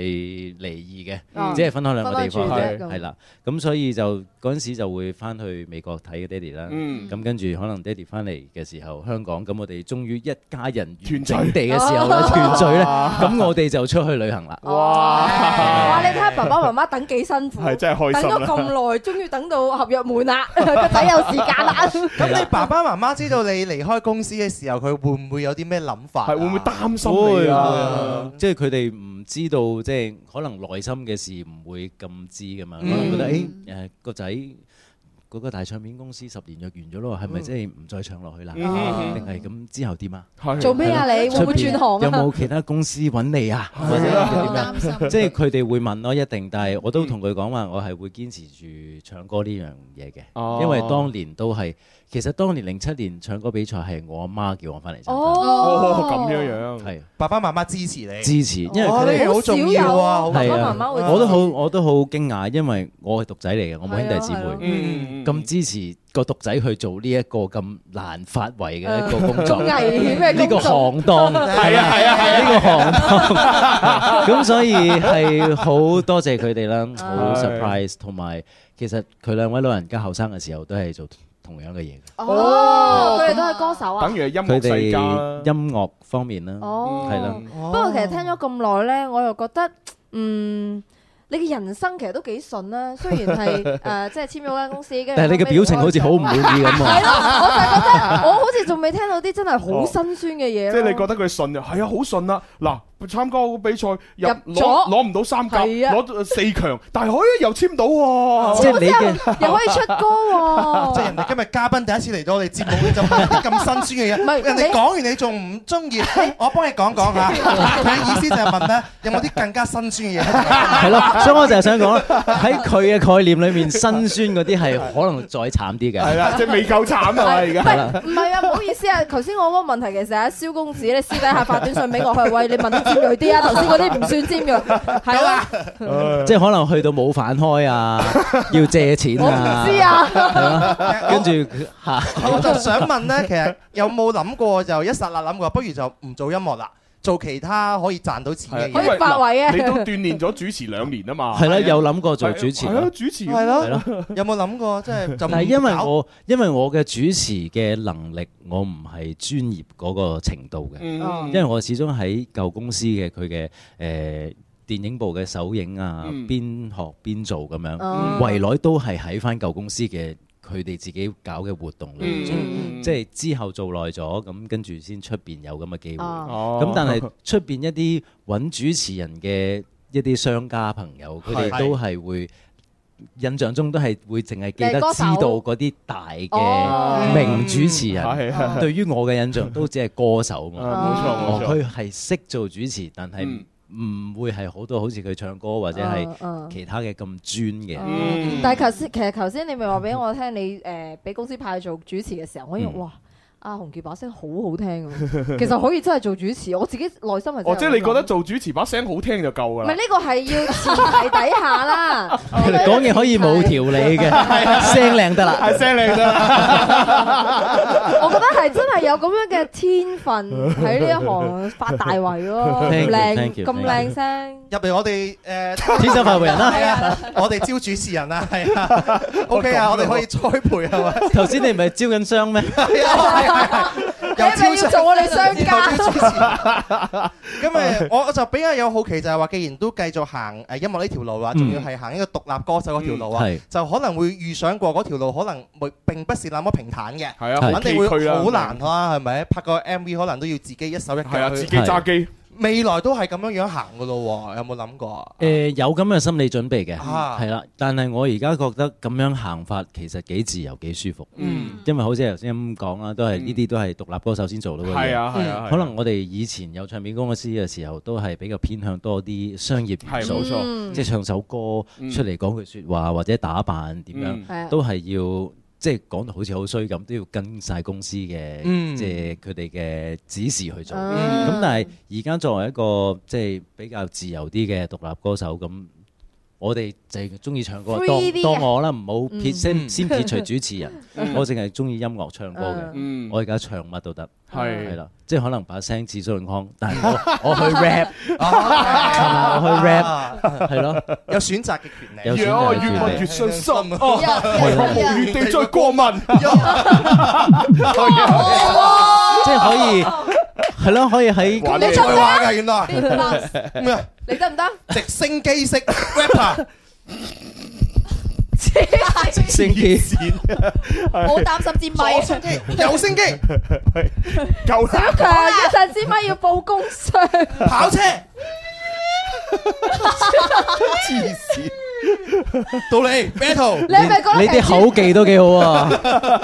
Speaker 9: 離異
Speaker 3: 嗯
Speaker 9: 嘅，只係分開兩個地方
Speaker 3: 分開
Speaker 9: 啫，
Speaker 3: 住啫
Speaker 9: 係啦，咁所以就嗰陣時就會翻去美國睇嘅爹哋啦，
Speaker 3: 嗯
Speaker 9: 咁跟住可能爹哋翻嚟嘅時候，香港咁我哋終於一家人完
Speaker 3: 聚
Speaker 9: 整地嘅 時候咧
Speaker 3: 哦
Speaker 9: 團聚咧，咁我哋就出去旅行啦。
Speaker 5: 哇！你睇下爸爸媽媽等幾辛苦，
Speaker 9: 係真係開心
Speaker 5: 等
Speaker 9: 啦
Speaker 5: 咗咁耐，終於等到合約滿啦，個仔有時間啦。
Speaker 2: 咁你爸爸媽媽知道你離開公司嘅時候，佢會唔會有啲咩諗法？啊係會唔會
Speaker 3: 擔
Speaker 9: 會會啊！即係佢哋唔知道，即係可能內心嘅事唔會咁知噶嘛，可能覺得誒
Speaker 3: 嗯
Speaker 9: 誒個仔嗰個大唱片公司十年約完咗咯，係咪即係唔再唱落去啦？
Speaker 5: 嗯
Speaker 9: 定係咁之後點啊？
Speaker 5: 做咩啊你
Speaker 9: 係咯
Speaker 5: 會唔會轉行啊
Speaker 9: 出邊有冇其他公司揾你啊？或 者點啊
Speaker 5: 擔心
Speaker 9: 即係佢哋會問咯，一定。但係我都同佢講話，我係會堅持住唱歌呢樣嘢
Speaker 3: 哦
Speaker 9: 嘅，因為當年都係其實當年零七年唱歌比賽係我阿媽叫我翻嚟參加。
Speaker 2: 哦
Speaker 3: 咁樣
Speaker 9: 樣係。
Speaker 2: 爸爸媽媽支持你？
Speaker 9: 支持，因為
Speaker 2: 哦
Speaker 9: 佢
Speaker 2: 呢
Speaker 9: 哋
Speaker 2: 樣好重要啊！好
Speaker 9: 係啊，我都好，我都好驚訝，因為我係獨仔嚟嘅，我冇兄弟姊
Speaker 3: 係啊嗯
Speaker 9: 妹，咁支持個獨仔去做呢一個咁難發圍嘅一個工作，
Speaker 5: 咁危險嘅
Speaker 9: 呢個
Speaker 5: 工作
Speaker 9: 行當，
Speaker 3: 係啊係啊係啊
Speaker 9: 呢個行當，咁 所以係好多謝佢哋啦，好
Speaker 3: 係
Speaker 9: surprise，同埋其實佢兩位老人家後生嘅時候都係做。同樣嘅嘢嘅。
Speaker 5: 哦，佢哋都係歌手啊。
Speaker 9: 佢哋音樂方面啦，
Speaker 5: 哦
Speaker 9: 係啦，
Speaker 5: 不過其實聽咗咁耐呢，我又覺得嗯。你嘅人生其實都幾順啦，雖然係 誒、呃即係簽咗間公司，跟住
Speaker 9: 但係你嘅
Speaker 5: 後尾
Speaker 9: 表情好似 好唔滿意咁
Speaker 5: 係咯，
Speaker 9: 啊！
Speaker 5: 我就覺 得我好似仲未聽到啲真係
Speaker 9: 哦
Speaker 5: 好辛酸嘅嘢
Speaker 3: 即係你
Speaker 5: 咯。
Speaker 3: 覺得佢順就係啊，好順啦！嗱，參加個比賽入
Speaker 5: 入
Speaker 3: 攞
Speaker 5: 咗
Speaker 3: 攞唔到三甲，
Speaker 5: 係啊
Speaker 3: 攞到四強，但係可以又簽到喎，
Speaker 2: 即係你嘅
Speaker 5: 又可以出歌 喎
Speaker 2: 即係人哋今日嘉賓第一次嚟到我哋節目，你就問啲咁辛酸嘅
Speaker 5: 唔係
Speaker 2: 嘢。人哋
Speaker 5: 你
Speaker 2: 講完你仲唔中意？我幫你講講嚇。佢意思就係問咧，有冇啲更加辛酸嘅嘢？
Speaker 9: 係咯，所以我就係想講喺佢嘅概念裏面，辛酸嗰啲係可能再慘啲嘅。
Speaker 3: 係啦即係未夠慘啊嘛而家
Speaker 9: 係啦
Speaker 5: 唔係啊，唔好意思啊，頭先我嗰個問題其實係蕭公子咧私底下發短信俾我，佢話喂你問得尖鋭啲啊，頭先嗰啲唔算尖鋭， 係啦，
Speaker 9: 即係可能去到冇飯開啊，要借錢啊，
Speaker 5: 我唔知啊
Speaker 9: 係咯，跟住嚇，
Speaker 2: 我就想問咧，其實有冇諗過就一剎那諗過，不如就唔做音樂啦，做其他可以賺到錢嘅嘢。
Speaker 3: 因
Speaker 9: 啊
Speaker 3: 為嗱
Speaker 5: 啊
Speaker 3: 你都鍛
Speaker 2: 係
Speaker 3: 鍊咗主持兩年啊嘛，
Speaker 9: 係啦，有諗過做主持
Speaker 3: 係啊
Speaker 9: 啦，
Speaker 3: 主持
Speaker 2: 係
Speaker 9: 係
Speaker 2: 咯，有冇諗過即係就唔
Speaker 9: 但係因為
Speaker 2: 搞
Speaker 9: 我因為我嘅主持嘅能力，我唔係專業嗰個程度嘅，
Speaker 2: 嗯
Speaker 5: 哦
Speaker 9: 因為我始終喺舊公司嘅佢嘅誒電影部嘅首映啊，
Speaker 13: 嗯
Speaker 9: 邊學邊做咁樣，
Speaker 13: 哦
Speaker 9: 圍內都係喺翻舊公司嘅。佢哋自己搞嘅活動裏面做，
Speaker 13: 嗯
Speaker 9: 即係之後做耐咗，咁跟住先出邊有咁嘅機會。
Speaker 13: 哦
Speaker 9: 咁、但係出邊一啲揾主持人嘅一啲商家朋友，佢哋
Speaker 13: 係
Speaker 9: 都係會印象中都係會淨係記
Speaker 13: 你係
Speaker 9: 得
Speaker 13: 歌
Speaker 9: 知
Speaker 13: 手
Speaker 9: 道嗰啲大
Speaker 13: 哦
Speaker 9: 嘅名主持
Speaker 3: 係嗯係
Speaker 5: 哦
Speaker 9: 人。對於我嘅 印象都只係歌手嘛，
Speaker 3: 啊冇錯冇錯
Speaker 9: 哦佢係識做主持，但係
Speaker 3: 嗯
Speaker 9: 唔會係好多好似佢唱歌或者
Speaker 13: 哦
Speaker 5: 嗯嗯
Speaker 9: 係其他嘅咁專嘅。
Speaker 3: 嗯
Speaker 5: 但係頭先其實頭先你咪話俾我聽，你誒俾公司派做主持嘅時候，我以為
Speaker 9: 嗯
Speaker 5: 哇。阿洪傑把聲好好聽喎， 其實可以真係做主持，我自己內心係真係
Speaker 3: 哦，即係
Speaker 5: 咁
Speaker 3: 你覺
Speaker 5: 諗
Speaker 3: 得做主持把聲好聽就夠
Speaker 5: 唔
Speaker 3: 㗎
Speaker 5: 係
Speaker 3: 啦
Speaker 5: 呢。個係要前提底下 啦，
Speaker 13: 哦
Speaker 9: 講嘢可以冇條理 嘅，
Speaker 13: 啊
Speaker 9: 聲靚得啦，
Speaker 3: 係聲靚得
Speaker 5: 我覺得係真係有咁樣嘅天分喺 呢一行發大圍咯，
Speaker 2: Thank you,
Speaker 5: 靚
Speaker 2: thank you,
Speaker 5: 咁
Speaker 2: thank you
Speaker 5: 靚聲，
Speaker 2: 入嚟我哋誒
Speaker 9: 天生快活人啦
Speaker 2: 係啊，我哋招主持人啊，係 啊，OK 啊，我哋可以栽培係咪？
Speaker 9: 頭先你唔係招緊商 咩？
Speaker 5: 你咪要做我哋商家？
Speaker 2: 咁誒，我我就比較有好奇就係話，既然都繼續行誒音樂呢條路啦，
Speaker 9: 嗯
Speaker 2: 仲要係行一個獨立歌手嗰條路啊
Speaker 9: 嗯係，
Speaker 2: 就可能會預想過嗰條路可能會並不是那麼平坦嘅，
Speaker 3: 係啊
Speaker 2: 肯定會
Speaker 3: 好崎嶇啦
Speaker 2: 好難啦，係咪？拍個 MV 可能都要自己一手一腳，
Speaker 3: 係啊自己揸機。
Speaker 2: 未來都係咁樣樣行嘅咯喎，有冇諗過啊？
Speaker 9: 誒、有咁嘅心理準備嘅，
Speaker 2: 啊
Speaker 9: 係啦、但係我而家覺得咁樣行法其實幾自由幾舒服，
Speaker 2: 嗯
Speaker 9: 因為好似頭先咁講啦，都係呢啲都係獨立歌手先做到嘅嘢。
Speaker 3: 係啊係啊係啊
Speaker 9: 可能我哋以前有唱片公司嘅時候，都係比較偏向多啲商業元素，
Speaker 3: 係冇錯嗯
Speaker 9: 即係唱首歌
Speaker 3: 嗯
Speaker 9: 出嚟講句説話或者打扮點樣，
Speaker 3: 嗯係啊
Speaker 9: 都係要。即係講到好似好衰咁，都要跟晒公司嘅，
Speaker 3: 嗯
Speaker 9: 即係佢哋嘅指示去做。咁、
Speaker 3: 嗯
Speaker 9: 但係而家作為一個即係比較自由啲嘅獨立歌手，咁我哋就係中意唱歌，當
Speaker 13: Free 啲嘅
Speaker 9: 當我啦，唔好撇
Speaker 13: 嗯
Speaker 9: 先先撇 除主持人
Speaker 13: 嗯，
Speaker 9: 我淨係中意音樂唱歌嘅
Speaker 13: 嗯，
Speaker 9: 我而家唱乜都得，
Speaker 13: 係
Speaker 3: 嗯
Speaker 9: 係啦，即係可能把聲似蘇永康，但係我我去 rap，係咪
Speaker 2: 啊
Speaker 9: 我去 rap 係咯，
Speaker 2: 有選擇嘅權利。
Speaker 9: 有選擇嘅權利越愛越
Speaker 3: 傷心啊
Speaker 9: 我
Speaker 3: 無餘地再過問。哦
Speaker 9: 即係可以係咯，可以喺
Speaker 2: 咁你才華㗎，原 來咩啊？
Speaker 5: 你得唔得？
Speaker 2: 直升機式 rapper，
Speaker 14: 直
Speaker 9: 升機
Speaker 3: 線，
Speaker 14: 好擔心 支咪。
Speaker 2: 有升機，
Speaker 3: 夠
Speaker 5: 小強一陣之咪要報工商，
Speaker 2: 跑車，
Speaker 3: 黐線，
Speaker 2: 到你 battle，
Speaker 5: 你係咪覺得
Speaker 9: 你啲口技都幾好 啊，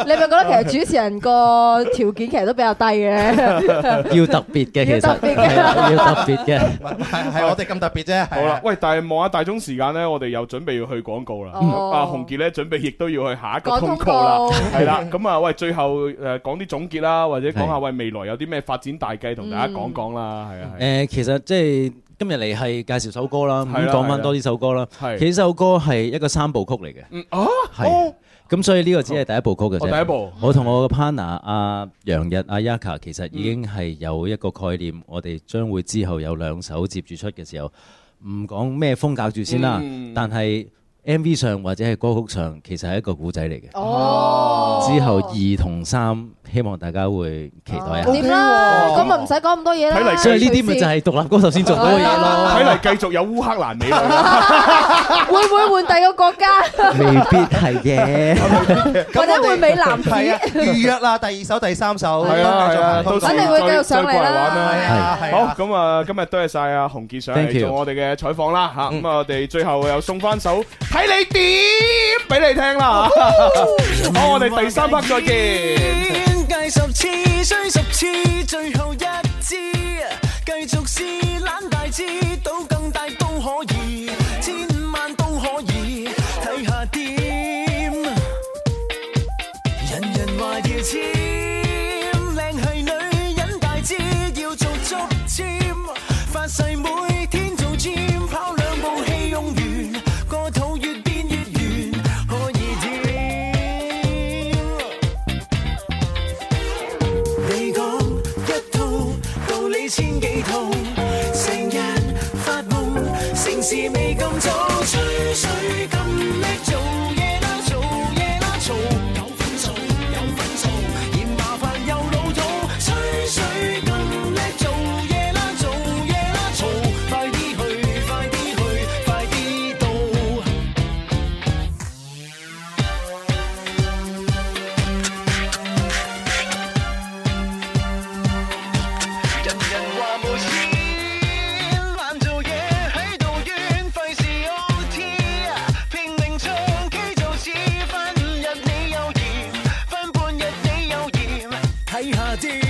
Speaker 5: 你咪覺得其實主持人個條件其實都比較低嘅，
Speaker 9: 要特別嘅其實
Speaker 5: 要特別嘅
Speaker 9: 係啊要特別嘅。
Speaker 2: 係係啊我哋咁特別啫。
Speaker 3: 好啦，喂，但係望下大鐘時間咧，我哋又準備要去廣告啦。
Speaker 2: 哦
Speaker 3: 啊，洪傑咧準備亦都要去下一個
Speaker 2: 講
Speaker 3: 通
Speaker 2: 通
Speaker 3: 告啦
Speaker 2: 告，
Speaker 3: 係啦。咁啊，喂，最後誒講啲總結啦，或者講下
Speaker 9: 係
Speaker 3: 喂未來有啲咩發展大計，同大家講講啦，係啊，係啊。
Speaker 9: 誒，其實即係今日嚟係介紹首歌啦，
Speaker 3: 係
Speaker 9: 咁
Speaker 3: 啦
Speaker 9: 講翻多啲首歌啦。
Speaker 3: 係
Speaker 9: 其實首歌係一個三部曲嚟嘅。
Speaker 3: 嗯啊，
Speaker 9: 係。咁所以呢個只係第一部曲嘅
Speaker 3: 哦
Speaker 9: 啫。
Speaker 3: 第一部
Speaker 9: 我同我嘅 partner 阿楊日阿 Yaka 其實已經係有一個概念，我哋將會之後有兩首接住出嘅時候，唔講咩風格住先啦
Speaker 13: 嗯。
Speaker 9: 但係 MV 上或者係歌曲上，其實係一個古仔嚟嘅。
Speaker 5: 哦
Speaker 9: 之後二同三，希望大家會期待一下。
Speaker 5: 點啦？咁咪唔使講咁多嘢啦。
Speaker 9: 所以呢啲咪就係獨立歌手先做到嘅嘢咯。
Speaker 3: 睇嚟繼續有烏克蘭美女
Speaker 5: 會唔會換第二個國家？
Speaker 9: 未必 係嘅。
Speaker 5: 或者會美男子
Speaker 2: 係啊，預約啦，第二首、第三首，
Speaker 3: 係啊係啊，到時
Speaker 5: 肯定會繼續上嚟
Speaker 3: 再過玩
Speaker 5: 啦
Speaker 3: 啦。
Speaker 2: 係啊係啊
Speaker 3: 好咁啊，今日多謝晒阿洪傑上
Speaker 9: Thank
Speaker 3: 嚟
Speaker 9: you
Speaker 3: 做我哋嘅採訪啦嚇。咁啊，我哋最後又送翻首睇你點俾你聽啦嚇。好，我哋第三 part 再見。
Speaker 8: 計十次，衰十次，最後一支，繼續試懶大支，賭更大都可以，千萬都可以，睇下點。人人話要簽，靚係女人大支，要做足簽，發誓每天做 gym，跑兩步氣用完，個肚越變越圓，可以點？你講一套道理千幾套，成日發夢，成事未咁早，吹水咁叻，做嘢啦做嘢啦做，有分數有分數，嫌麻煩又老土，吹水咁叻，做嘢啦做嘢啦做，快啲去快啲去快啲到。人人話無錢，懶做嘢喺度怨，費事 OT，拼命唱 K 做事，分日你又嫌，分半日你又嫌，睇下啲。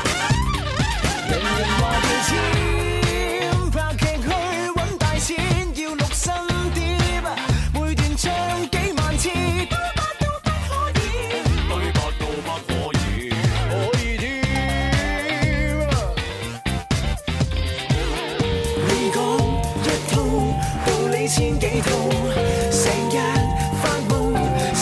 Speaker 8: 人人話要簽，拍劇去揾大錢，要錄新碟，每段唱幾萬次，都不都不可以，對白都不可以，可以添。你講一套，道理千幾套，成日發夢，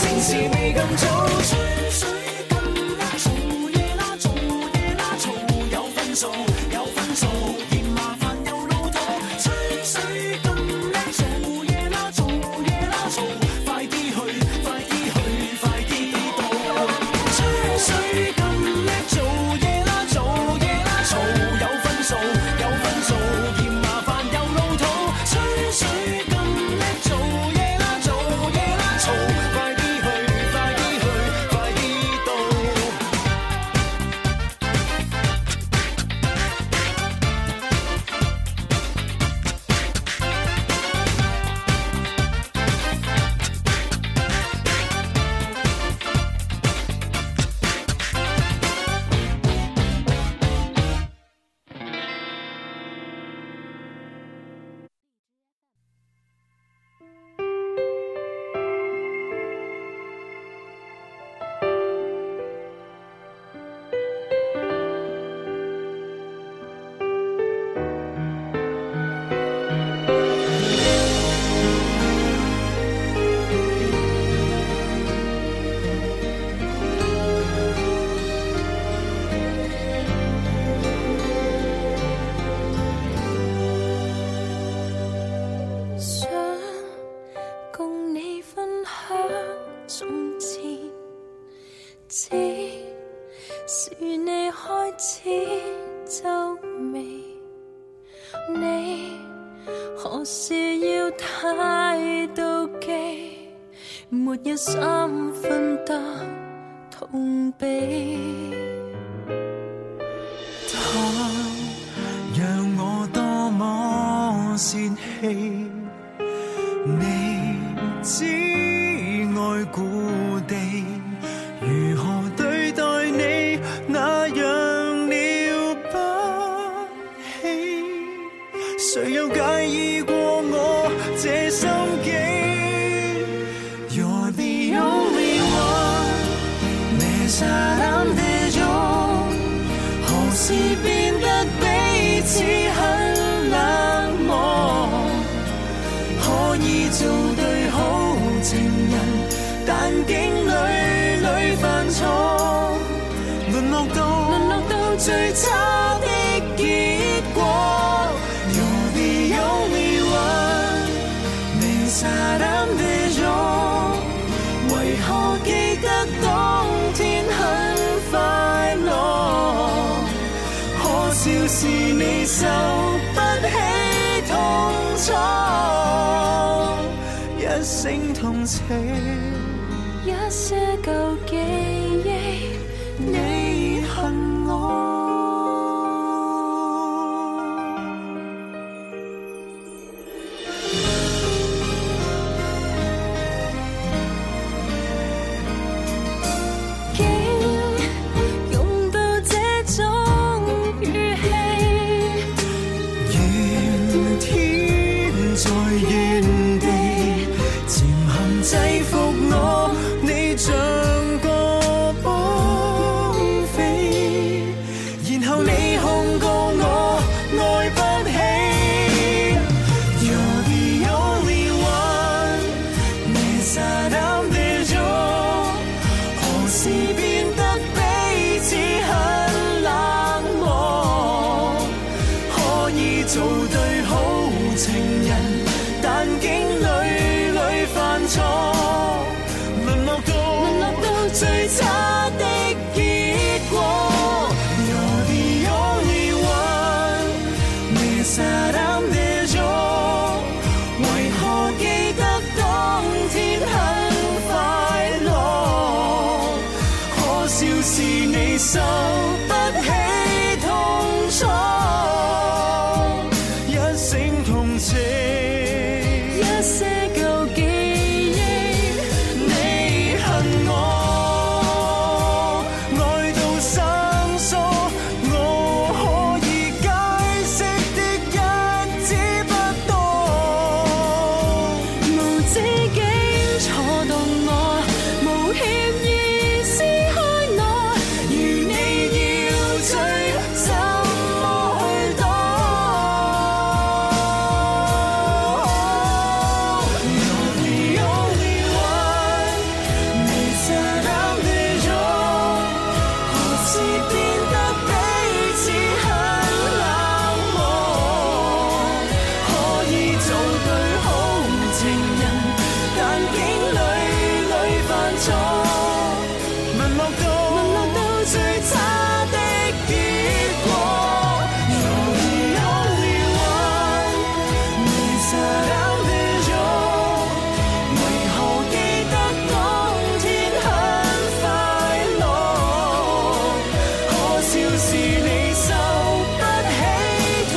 Speaker 8: 成事未咁早，吹水咁啦，做嘢啦，做嘢啦，做有分數，有分數，嫌麻煩又老土，吹水咁叻，做嘢啦，做嘢啦，做快啲去，快啲去，快啲到，吹水咁叻，做嘢啦，做嘢啦，做有分數，有分數，嫌麻煩又老土，吹水咁叻，做嘢啦，做嘢啦，做快啲去，快啲去，快啲到。
Speaker 15: 想共你分享從前，只是你開始皺眉，你何時要太妒忌？沒有三分得痛悲。
Speaker 8: 讓我多麼泄氣，你知愛故地，如何對待你那樣了不起？誰又介意過我這心機？You're the only one，내 사람 되죠。何時變得彼此很冷漠？可做對好情人，但竟屢屢犯錯，淪落到淪落到最差的結果。有你有你我，沒撒旦的我，為何記得當天很快樂？可笑是你受不起痛楚，一聲同情，
Speaker 15: 一些舊記憶，
Speaker 8: 你恨我。
Speaker 15: 竟用到這種語氣。
Speaker 8: 怨天在怨地，漸陷制服我，你像個綁匪，然後你控告我愛不起。You're the only one，你撒膽地做，何時變得彼此很冷漠？可以做對好情人，但竟屢屢犯錯，淪落到淪落到最差的結果。You're the only one，你撒膽地做，為何記得當天很快樂？可笑是你受不起痛楚，一聲同情，一些舊記憶，你恨我，愛到生疏，我可以解釋的一字不多。
Speaker 15: 無止境錯動我，無歉意撕開我。
Speaker 8: 如你要追，怎麼去躲？You're the only one，你撒膽地做，何時變得彼此很冷漠？可以做對好情人，但竟屢屢犯錯。淪落到淪落到最差的結果。You're the only one，你撒膽地做，為何記得當天很快樂？可笑是你受不起痛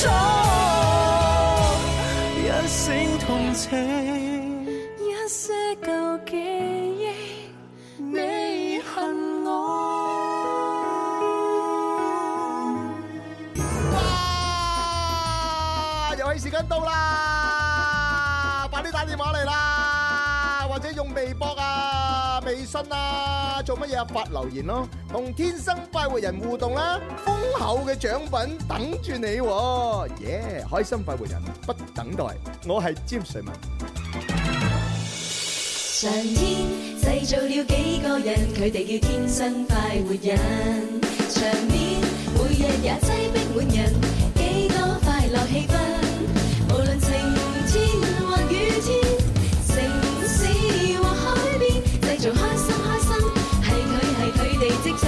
Speaker 8: 楚，一聲同情，
Speaker 15: 一些舊記憶，
Speaker 8: 你恨我。
Speaker 16: 啊，遊戲時間到啦，快啲打電話嚟啦，或者用微博啊、微信
Speaker 2: à,
Speaker 16: 啊，做乜嘢啊發留言咯，同天生快活人互動啦，豐厚嘅獎品等住你喎，耶！開心快活人不等待，我係詹瑞文。
Speaker 17: 上天製造了幾個人，佢哋叫天生快活人。場面每日也擠逼滿人，幾多快樂氣氛。無論晴天或雨天，城市或海邊，製造開心開心，係佢係佢哋職責。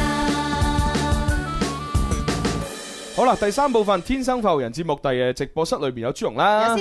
Speaker 3: 好啦，第三部分《天生浮人》節目第誒直播室裏邊有朱容啦，
Speaker 6: 아,
Speaker 2: 啦，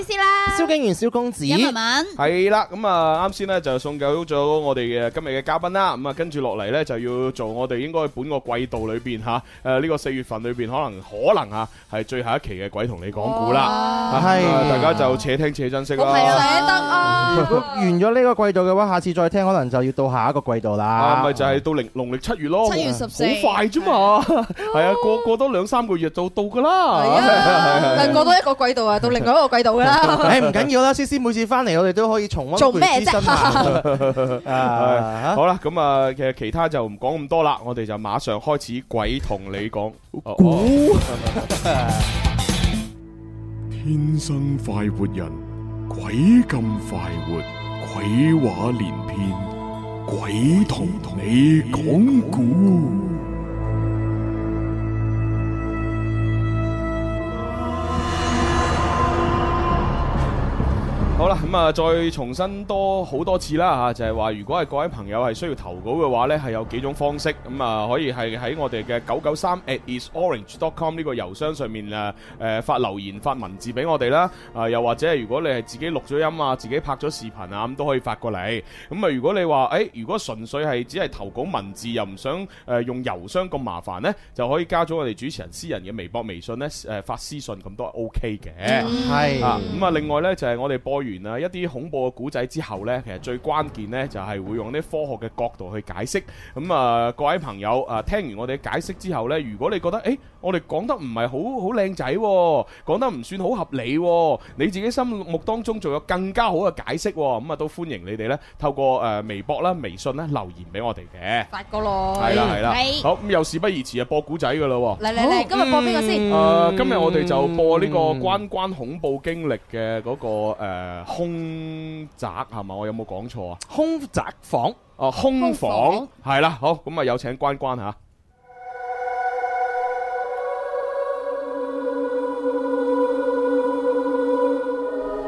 Speaker 2: 蕭敬元、蕭公
Speaker 6: Dạ
Speaker 2: 子，
Speaker 3: 系啦，咁啊，啱先咧就送走咗我哋嘅今日嘅嘉賓啦，咁啊，跟住落嚟咧就要做我哋應該本個季度裏邊吓，誒呢個四月份裏邊可能可能啊係最後一期嘅鬼同你講故啦，啊
Speaker 2: 係
Speaker 3: 啊大家就且聽且珍惜啦，
Speaker 4: 捨得啊！
Speaker 2: 如果完咗呢個季度嘅話，下次再聽可能就要到下一個季度啦
Speaker 3: 啊。咪就係到零農曆七月咯，
Speaker 4: 七月十四
Speaker 3: 好快啫嘛， 係啊，過過多兩三個月就到噶啦， 係係係
Speaker 5: 啊但過多一個季度啊，到另外一個季度㗎啦。
Speaker 2: 誒唔緊要啦，思思每次翻嚟我哋都可以重温
Speaker 5: 做咩啫
Speaker 2: 佢之身啊
Speaker 3: 係好啦，咁啊，其實其他就唔講咁多啦，我哋就馬上開始鬼同你講哦
Speaker 18: 天生快活人，鬼咁快活，鬼話連篇，鬼同你講故。
Speaker 3: 好啦，咁啊，再重新多好多次啦嚇，就係話如果係各位朋友係需要投稿嘅話呢，係有幾種方式，咁啊可以係喺我哋嘅九九三 at isorange.com 呢個郵箱上面誒誒發留言發文字俾我哋啦，啊又或者係如果你係自己錄咗音啊，自己拍咗視頻啊，咁都可以發過嚟。咁啊如果你話誒、如果純粹係只係投稿文字又唔想誒用郵箱咁麻煩呢，就可以加咗我哋主持人私人嘅微博、微信呢，誒發私信咁都係 OK 嘅，
Speaker 2: 係
Speaker 3: 啊咁啊，另外呢，就係我哋播完啊一啲恐怖嘅古仔之後呢，其實最關鍵呢，就係會用啲科學嘅角度去解釋。咁啊，各位朋友啊，聽完我哋解釋之後呢，如果你覺得誒、欸我哋講得唔係好好靚仔喎，講得唔算好合理喎，你自己心目當中仲有更加好嘅解釋喎，咁啊都歡迎你哋呢，透過誒微博啦、微信啦留言俾我哋嘅。
Speaker 4: 發過咯，
Speaker 3: 係啦係啦
Speaker 4: 係，
Speaker 3: 好咁又事不宜遲啊，播古仔噶啦喎。
Speaker 4: 嚟嚟嚟，今日播邊個先？
Speaker 3: 誒，今日我哋就播呢個關關恐怖經歷嘅嗰個誒空宅係咪？我有冇講錯啊？
Speaker 2: 空宅房
Speaker 3: 哦，空房係啦，好咁啊，有請關關嚇。
Speaker 10: 誒、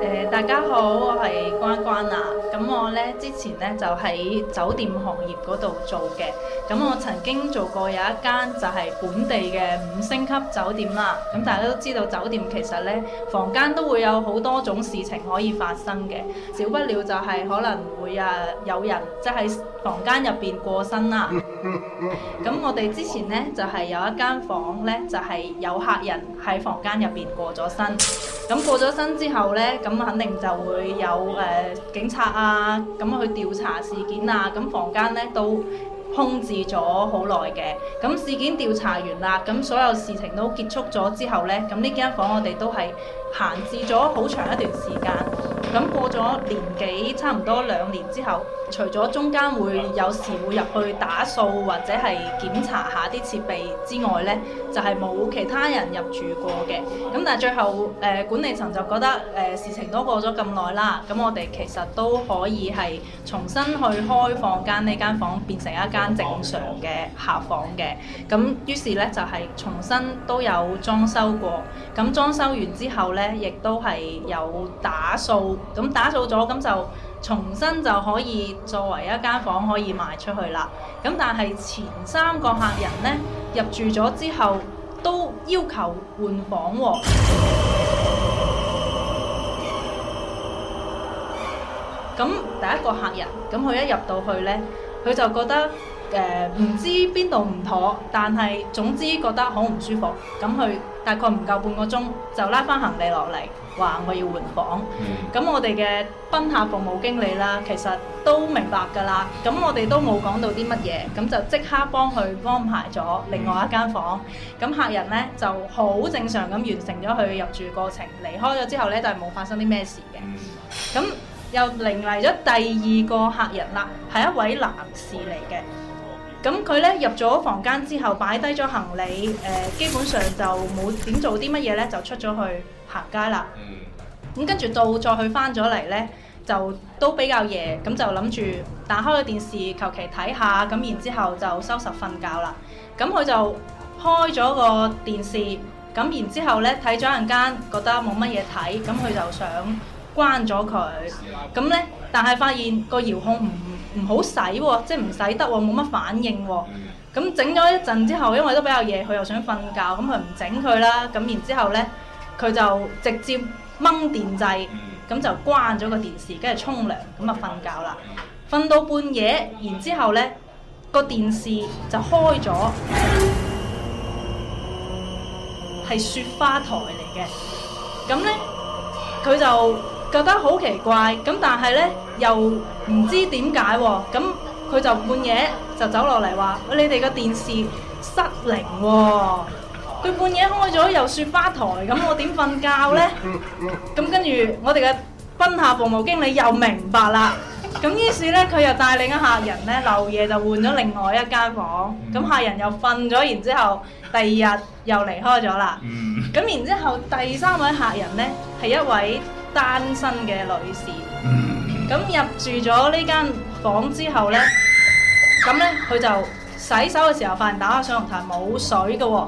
Speaker 10: 呃大家好，我係關關啊。咁我呢之前呢就喺酒店行業嗰度做嘅。咁我曾經做過有一間就係本地嘅五星級酒店啦。咁大家都知道酒店其實呢房間都會有好多種事情可以發生嘅，少不了就係可能會啊有人即係房間入邊過身啦。咁我哋之前呢，就係、有一間房呢，就係、有客人喺房間入邊過咗身。咁過咗身之後呢，咁肯定就會有誒、呃警察啊，咁去調查事件啊。咁房間呢都空置咗好耐嘅。咁事件調查完啦，咁所有事情都結束咗之後呢，咁呢間房我哋都係閒置咗好長一段時間。咁過咗年幾，差唔多兩年之後，除咗中間會有時會入去打掃或者係檢查下啲設備之外呢，就係、冇其他人入住過嘅。咁但係最後誒、呃管理層就覺得誒、呃事情都過咗咁耐啦，咁我哋其實都可以係重新去開放間呢間房，變成一間正常嘅客房嘅。咁於是呢，就係、重新都有裝修過。咁裝修完之後呢，亦都係有打掃，咁打掃咗咁就重新就可以作為一間房可以賣出去啦。咁但係前三個客人呢，入住咗之後，都要求換房喎、咁第一個客人，咁佢一入到去呢，佢就覺得誒唔、知邊度唔妥，但係總之覺得好唔舒服。咁佢大概唔夠半個鐘就拉翻行李落嚟，話我要換房。咁我哋嘅賓客服務經理啦，其實都明白㗎啦。咁我哋都冇講到啲乜嘢，咁就即刻幫佢安排咗另外一間房。咁客人呢就好正常咁完成咗佢入住過程，離開咗之後呢，就係冇發生啲咩事嘅。咁又迎嚟咗第二個客人啦，係一位男士嚟嘅。咁佢咧入咗房間之後，擺低咗行李，誒、基本上就冇點做啲乜嘢咧，就出咗去行街啦。咁跟住到再佢翻咗嚟咧，就都比較夜，咁就諗住打開個電視，求其睇下，咁然之後就收拾瞓覺啦。咁佢就開咗個電視，咁然之後咧睇咗陣間，覺得冇乜嘢睇，咁佢就想關咗佢。咁咧，但係發現個遙控唔唔好使喎，即係唔使得喎，冇乜反應喎。咁整咗一陣之後，因為都比較夜，佢又想瞓覺，咁佢唔整佢啦。咁然之後咧，佢就直接掹電掣，咁就關咗個電視，跟住沖涼，咁啊瞓覺啦。瞓到半夜，然之後咧個電視就開咗，係雪花台嚟嘅。咁咧佢就覺得好奇怪，咁但係咧又唔知點解喎，咁佢就半夜就走落嚟話：喂你哋個電視失靈喎、佢半夜開咗又雪花台，咁我點瞓覺呢？咁跟住我哋嘅賓客服務經理又明白啦。咁於是呢，佢又帶領一客人呢，漏夜就換咗另外一間房。咁客人又瞓咗，然之後第二日又離開咗啦。咁然之後第三位客人呢，係一位單身嘅女士。咁入住咗呢間房之後呢，咁呢，佢就洗手嘅時候發現打開水龍頭冇水嘅喎、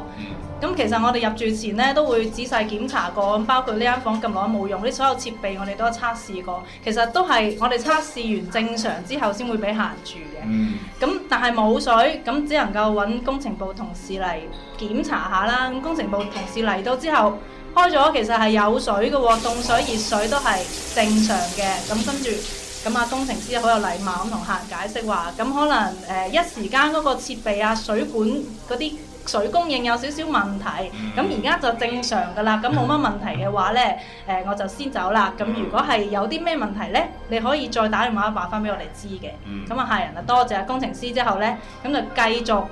Speaker 10: 咁其實我哋入住前呢，都會仔細檢查過，包括呢間房咁耐冇用，啲所有設備我哋都測試過。其實都係我哋測試完正常之後先會俾限住嘅。咁但係冇水，咁只能夠揾工程部同事嚟檢查下啦。咁工程部同事嚟到之後，開咗其實係有水嘅喎，凍水熱水都係正常嘅。咁跟住，咁啊工程師好有禮貌咁同客人解釋話，咁可能誒、呃一時間嗰個設備啊、水管嗰啲。水供應有少少問題，咁而家就正常㗎啦，咁冇乜問題嘅話呢，誒、呃我就先走啦。咁如果係有啲咩問題呢，你可以再打電話話翻俾我哋知嘅。
Speaker 15: 嗯
Speaker 10: 咁啊、客人啊多謝工程師之後呢，咁就繼續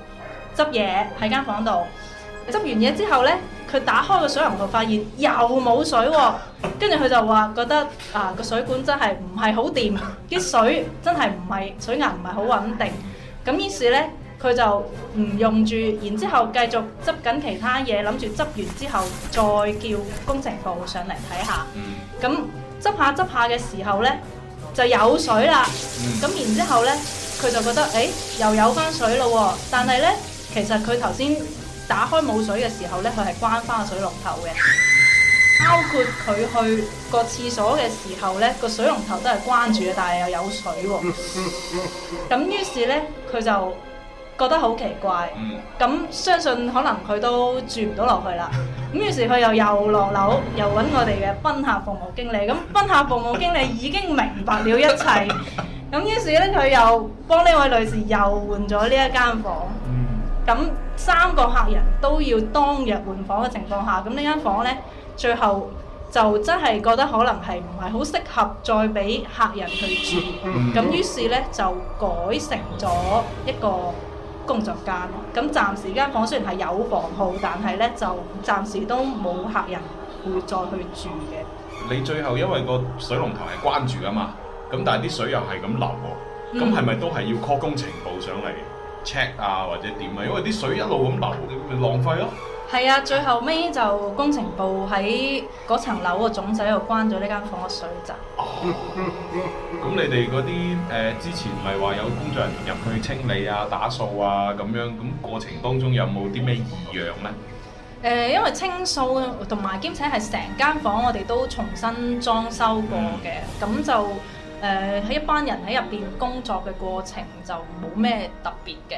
Speaker 10: 執嘢喺間房度。執完嘢之後呢，佢打開個水龍頭，發現又冇水喎、跟住佢就話覺得啊個水管真係唔係好掂， 啲水真係唔係水壓唔係好穩定。咁於是呢，佢就唔用住，然之後繼續執緊其他嘢，諗住執完之後再叫工程部上嚟睇下。咁執下執下嘅時候呢，就有水啦。咁、然之後呢，佢就覺得誒、欸又有翻水咯喎，但係呢，其實佢頭先打開冇水嘅時候呢，佢係關翻個水龍頭嘅。包括佢去個廁所嘅時候呢，個水龍頭都係關住嘅，但係又有水喎、咁於是呢，佢就覺得好奇怪。咁相信可能佢都住唔到落去啦。咁於是佢又又落樓，又揾我哋嘅賓客服務經理。咁賓客服務經理已經明白了一切。咁於是呢，佢又幫呢位女士又換咗呢一間房。咁三個客人都要當日換房嘅情況下，咁呢間房呢，最後就真係覺得可能係唔係好適合再俾客人去住，
Speaker 15: 嗯
Speaker 10: 咁於是呢，就改成咗一個工作間。咁暫時間房雖然係有房號，但係呢就暫時都冇客人會再去住嘅。
Speaker 19: 你最後因為個水龍頭係關住噶嘛，咁但係啲水又係咁流喎，
Speaker 10: 嗯
Speaker 19: 咁係咪都係要 call 工程部上嚟 check 啊，或者點啊？因為啲水一路咁流，咪浪費咯。
Speaker 10: 係啊，最後尾就工程部喺嗰層樓個總掣度關咗呢間房嘅水閘。
Speaker 19: 咁你哋嗰啲誒之前咪話有工作人員入去清理啊、打掃啊咁樣，咁過程當中有冇啲咩異樣呢？
Speaker 10: 誒、因為清掃同埋兼且係成間房我哋都重新裝修過嘅，咁、就誒喺、一班人喺入邊工作嘅過程就冇咩特別嘅。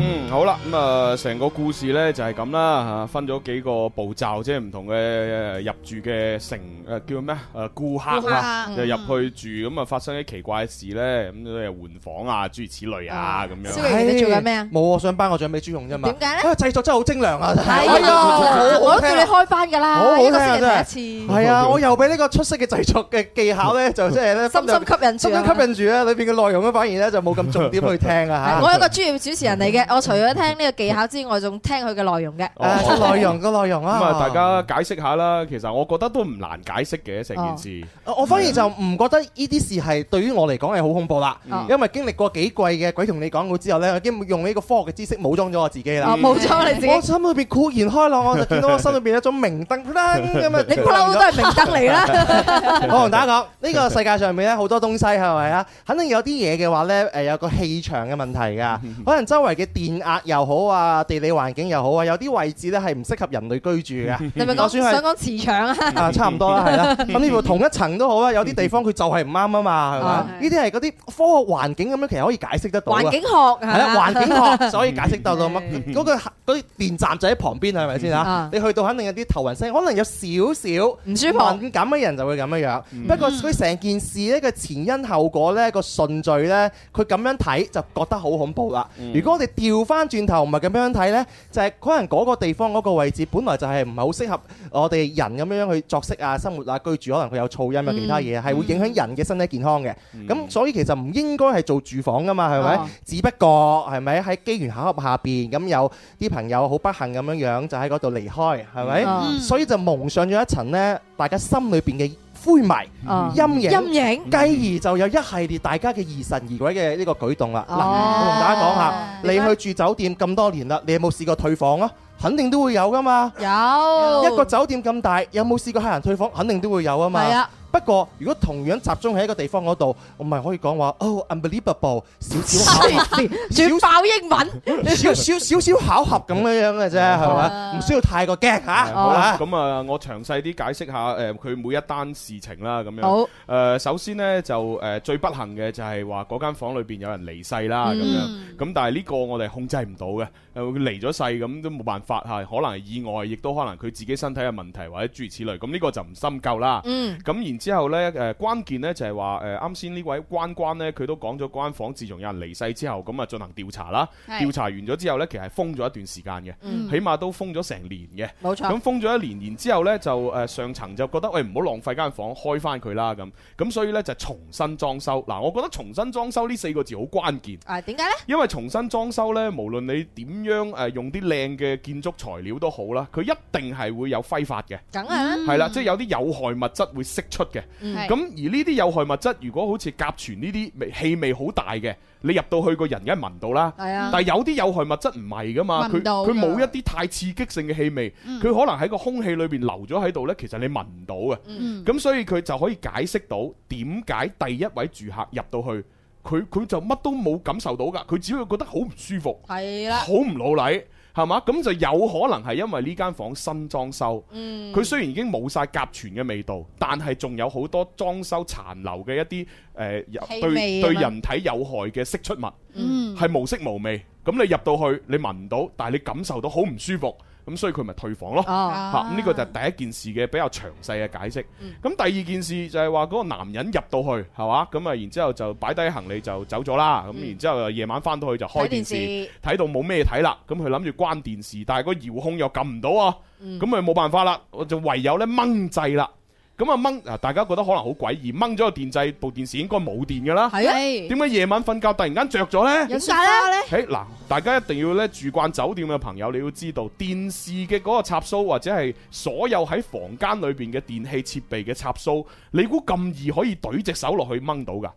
Speaker 3: 嗯，好啦，咁啊，成個故事呢就係咁啦，吓分咗幾個步驟，即係唔同嘅呃入住嘅乘誒叫咩誒顧客啦
Speaker 19: 顧，
Speaker 3: 就
Speaker 19: 客
Speaker 3: 入去住，咁啊發生啲奇怪嘅事呢，咁又換房啊，諸如此類啊，咁樣。
Speaker 2: 小你做緊咩啊？冇，我想頒個獎俾朱紅啫嘛。
Speaker 5: 點解
Speaker 2: 咧？因為製作真係好精良啊！
Speaker 5: 係啊，我都叫你開翻㗎
Speaker 2: 好
Speaker 5: 啦，
Speaker 2: 好
Speaker 5: 一
Speaker 2: 聽
Speaker 5: 個
Speaker 2: 啊！真
Speaker 5: 星期
Speaker 2: 係
Speaker 5: 睇一次。
Speaker 2: 係啊！我又俾呢個出色嘅製作嘅技巧咧，就即係咧
Speaker 5: 深深吸引住
Speaker 2: 深
Speaker 5: 啊
Speaker 2: 深吸引住咧，裏邊嘅內容咧反而咧就冇咁重點去聽啊嚇。
Speaker 5: 我係一個專業主持人嚟嘅，我除咗聽呢個技巧之外，仲聽佢嘅內容嘅。
Speaker 3: 哦
Speaker 2: 即係內容個內容
Speaker 3: 咁啊，
Speaker 2: 啊。
Speaker 3: 大家解釋下啦。其實我覺得都唔難解釋嘅成件事。
Speaker 2: 我反而就唔覺得呢啲事係對於我嚟講係好恐怖啦
Speaker 3: 嗯，
Speaker 2: 因為經歷過幾季嘅鬼同你講故之後咧，我已經用呢個科學嘅知識武裝咗我自己啦。
Speaker 5: 哦武裝你自己
Speaker 2: 我心裏邊豁然開朗，我就見到我心裏邊一種明燈 咁 啊！
Speaker 5: 你不嬲都係明燈嚟啦
Speaker 2: 我同大家講，呢個世界上面咧好多東西係咪啊？肯定有啲嘢嘅話咧，誒有個氣場嘅問題
Speaker 5: 嗯
Speaker 2: 㗎，可能周圍嘅電壓又好啊，地理環境又好啊，有啲位置咧係唔適合人類居住嘅。
Speaker 5: 你咪
Speaker 2: 就
Speaker 5: 講
Speaker 2: 算係
Speaker 5: 想講磁場
Speaker 2: 啊，
Speaker 5: 啊？
Speaker 2: 差唔多啦，係啦。咁呢度同一層都好啊啦，有啲地方佢就係唔啱啊嘛，係嘛
Speaker 5: 啊？
Speaker 2: 呢啲係嗰啲科學環境咁樣，其實可以解釋得到嘅。
Speaker 5: 環境學係嘛
Speaker 2: 係啦，環境學所以解釋得到嘛。嗰個嗰啲電站就喺旁邊，係咪先啊
Speaker 5: 啊？
Speaker 2: 你去到肯定有啲頭暈身，可能有少少
Speaker 5: 唔舒服
Speaker 2: 敏感嘅人就會咁樣樣。
Speaker 3: 嗯
Speaker 2: 不過佢成件事呢個前因
Speaker 3: 嗯
Speaker 2: 後果呢個順序呢，佢咁樣睇就覺得好恐怖啦。如果我哋調翻轉轉頭唔係咁樣睇呢，就係可能嗰個地方嗰個位置本來就係唔係好適合我哋人咁樣去作息啊、生活啊、居住，可能佢有噪音啊、
Speaker 6: 嗯
Speaker 2: 其他嘢，係會影響人嘅身體健康嘅。咁所以其實唔應該係做住房噶嘛，係咪
Speaker 6: 哦？
Speaker 2: 只不過係咪喺機緣巧合下邊咁有啲朋友好不幸咁樣樣就喺嗰度離開，係咪？
Speaker 3: 음.
Speaker 6: 嗯
Speaker 2: 所以就蒙上咗一層呢，大家心裏邊嘅。灰霾、
Speaker 6: 哦
Speaker 2: 陰影、
Speaker 6: 陰
Speaker 2: 影，繼而就有一系列大家嘅疑神疑鬼嘅呢個舉動啦。嗱，
Speaker 6: 哦
Speaker 2: 我同大家講下，你去住酒店咁多年啦，你有冇試過退房啊？肯定都會有噶嘛。
Speaker 6: 有
Speaker 2: 一個酒店咁大，有冇試過客人退房？肯定都會有啊嘛。
Speaker 6: 係啊。
Speaker 2: 不過，如果同樣集中喺一個地方嗰度，我咪可以講話哦，unbelievable，少少巧合，少爆英文，少少少少巧合咁樣樣嘅啫，係咪？唔需要太過驚嚇，好
Speaker 3: 好啦，
Speaker 2: 啦。
Speaker 3: 咁啊，我詳細啲解釋下誒佢每一單事情啦，咁樣。
Speaker 2: 好
Speaker 3: 誒，首先呢，就誒最不幸嘅就係話嗰間房裏邊有人離世啦，咁
Speaker 6: 嗯
Speaker 3: 樣。咁但係呢個我哋控制唔到嘅，誒佢離咗世咁都冇辦法嚇，可能係意外，亦都可能佢自己身體嘅問題或者諸如此類。咁呢個就唔深究啦。
Speaker 6: 嗯
Speaker 3: 咁然之後呢，誒、關鍵呢就係話誒啱先呢位關關呢，佢都講咗關房自從有人離世之後，咁啊進行調查啦。
Speaker 6: 係
Speaker 3: 調查完咗之後呢，其實係封咗一段時間嘅，
Speaker 6: 嗯
Speaker 3: 起碼都封咗成年嘅。
Speaker 6: 冇錯
Speaker 3: 咁封咗一年，然之後呢，就誒、上層就覺得喂唔好浪費間房，開翻佢啦咁。咁所以呢，就重新裝修。嗱，我覺得重新裝修呢四個字好關鍵。
Speaker 4: 啊，點解咧？
Speaker 3: 因為重新裝修呢，無論你點樣誒用啲靚嘅建築材料都好啦，佢一定係會有揮發嘅。
Speaker 4: 梗
Speaker 6: 음.
Speaker 4: 係啦
Speaker 6: 嗯
Speaker 3: 係啦，即係有啲有害物質會釋出嘅。
Speaker 4: 嗯
Speaker 3: 咁而呢啲有害物質，如果好似甲醛呢啲味氣味好大嘅，你入到去個人梗係聞到啦。
Speaker 6: 係啊
Speaker 3: 但係有啲有害物質唔係噶嘛，
Speaker 6: 聞
Speaker 3: 佢
Speaker 6: 唔到㗎
Speaker 3: 佢冇一啲太刺激性嘅氣味，
Speaker 6: 嗯
Speaker 3: 佢可能喺個空氣裏邊留咗喺度呢，其實你聞唔到嘅。
Speaker 6: 嗯
Speaker 3: 咁所以佢就可以解釋到點解第一位住客入到去，佢佢就乜都冇感受到㗎，佢只會覺得好唔舒服，
Speaker 4: 係啦
Speaker 3: 好唔老禮，係嘛？咁就有可能係因為呢間房新裝修，
Speaker 4: 嗯
Speaker 3: 佢雖然已經冇晒甲醛嘅味道，但係仲有好多裝修殘留嘅一啲誒有
Speaker 6: 氣
Speaker 3: 對
Speaker 6: 味啊
Speaker 3: 對
Speaker 6: 嘛
Speaker 3: 人體有害嘅釋出物。
Speaker 6: 嗯
Speaker 3: 係無色無味。咁你入到去，你聞唔到，但係你感受到好唔舒服，咁所以佢咪退房咯。嚇
Speaker 5: 아,
Speaker 6: 哦嗯
Speaker 3: 咁呢個就係第一件事嘅比較詳細嘅解釋。咁第二件事就係話嗰個男人入到去係嘛，咁啊然之後就擺低行李就走咗啦。咁然之後夜晚翻到去就開電視，
Speaker 6: 嗯睇電視
Speaker 3: 睇到冇咩睇啦。咁佢諗住關電視，但係個遙控又撳唔到啊。
Speaker 6: 嗯
Speaker 3: 咁咪冇辦法啦，我就唯有咧掹掣啦。咁啊掹啊！大家覺得可能好詭異，掹咗個電掣，部電視應該冇電㗎啦。
Speaker 6: 係啊
Speaker 3: 點解夜晚瞓覺突然間着咗呢？
Speaker 6: 點解咧？
Speaker 3: 誒嗱，大家一定要咧住慣酒店嘅朋友，你要知道電視嘅嗰個插蘇或者係所有喺房間裏邊嘅電器設備嘅插蘇，你估咁易可以懟隻手落去掹到㗎？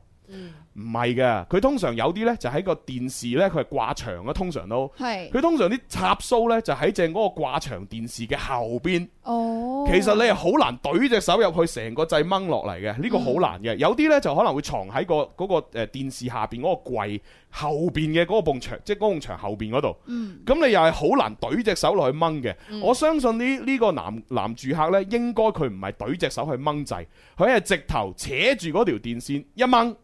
Speaker 3: 唔係嘅，佢通常有啲呢就喺個電視呢，佢係掛牆嘅，通常都
Speaker 6: 係
Speaker 3: 佢通常啲插蘇呢，就喺正嗰個掛牆電視嘅後邊。
Speaker 6: 哦
Speaker 3: 其實你係好難懟隻手入去成個掣掹落嚟嘅，呢、個好難嘅。有啲呢就可能會藏喺個嗰、個誒電視下邊嗰個櫃後邊嘅嗰個埲牆，即係嗰埲牆後邊嗰度。
Speaker 6: 嗯
Speaker 3: 咁你又係好難懟隻手落去掹嘅。
Speaker 6: 嗯
Speaker 3: 我相信呢呢、個男男住客呢，應該佢唔係懟隻手去掹掣，佢係直頭扯住嗰條電線一掹，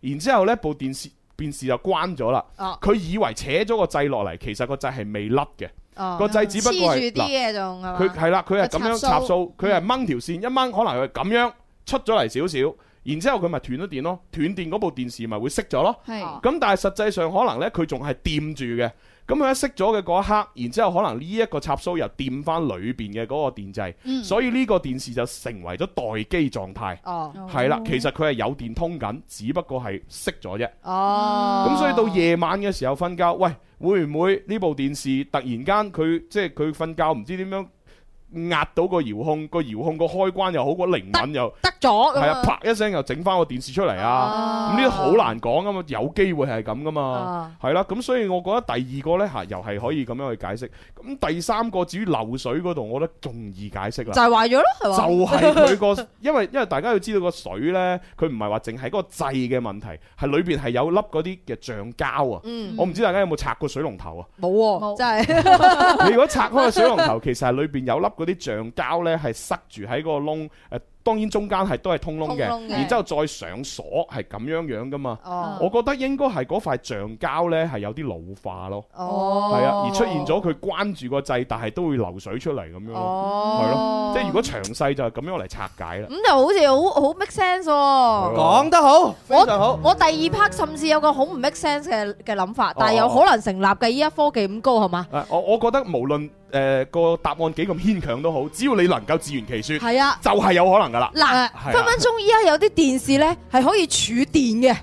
Speaker 3: 然之後呢部電視電視就關咗啦。
Speaker 4: 哦
Speaker 3: 佢、以為扯咗個掣落嚟，其實個掣係未甩嘅。
Speaker 4: 哦
Speaker 3: 個掣只不過係
Speaker 4: 黐住啲嘢仲係嘛
Speaker 3: 佢係啦，佢係咁樣插
Speaker 4: 數
Speaker 3: 數，佢係掹條線一掹，可能佢係咁樣出咗嚟少少，然之後佢咪斷咗電咯，斷電嗰部電視咪會熄咗咯。
Speaker 6: 係
Speaker 3: 咁但係實際上可能呢，佢仲係掂住嘅。咁佢一熄咗嘅嗰一刻，然之後可能呢一個插蘇又掂翻裏邊嘅嗰個電掣，
Speaker 6: 嗯
Speaker 3: 所以呢個電視就成為咗待機狀態。
Speaker 4: 哦
Speaker 3: 係啦，其實佢係有電通緊，只不過係熄咗啫。
Speaker 4: 哦，
Speaker 3: 咁所以到夜晚嘅時候瞓覺，喂，會唔會呢部電視突然間佢即係佢瞓覺唔知點樣壓到個遙控，個遙控個開關又好，個靈敏又
Speaker 4: 得咗咁
Speaker 3: 係啊，
Speaker 4: 啊
Speaker 3: 啪一聲又整翻個電視出嚟啊！咁呢啲好難講噶嘛，有機會係咁噶嘛
Speaker 6: 啊，
Speaker 3: 係啦。咁所以我覺得第二個呢，嚇又係可以咁樣去解釋。咁第三個至於漏水嗰度，我覺得仲易解釋啦。
Speaker 4: 就係壞咗咯，係嘛？
Speaker 3: 就係佢個， 因為因為大家要知道個水呢，佢唔係話淨係嗰個掣嘅問題，係裏邊係有粒嗰啲嘅橡膠啊。
Speaker 4: 嗯
Speaker 3: 我唔知大家有冇拆過水龍頭 啊？
Speaker 4: 冇喎，真
Speaker 3: 你
Speaker 4: 係。
Speaker 3: 如果拆開個水龍頭，其實係裏邊有粒嗰啲橡膠呢，係塞住喺嗰個窿，誒呃當然中間係都係通窿嘅，
Speaker 6: 通窿嘅
Speaker 3: 然之後再上鎖係咁樣樣噶嘛。
Speaker 6: 哦
Speaker 3: 我覺得應該係嗰塊橡膠呢係有啲老化咯，
Speaker 6: 哦
Speaker 3: 係啊，而出現咗佢關住個掣，但係都會流水出嚟咁樣咯，係咯
Speaker 5: 哦，
Speaker 3: 即係如果詳細就係咁樣嚟拆解啦。
Speaker 5: 咁就好似好好 make sense 喎。
Speaker 3: 講
Speaker 2: 得好，
Speaker 5: 我我第二 part 甚至有個好唔 make sense 嘅嘅諗
Speaker 3: 哦
Speaker 5: 法，但係有可能成立嘅。依家科技咁高係嘛？
Speaker 3: 啊誒，我我覺得無論誒個答案幾咁牽強都好，只要你能夠自圓其説，
Speaker 5: 係啊
Speaker 3: 就係有可能噶啦。
Speaker 5: 嗱，
Speaker 3: 啊
Speaker 5: 分分鐘依家有啲電視咧係可以儲電嘅，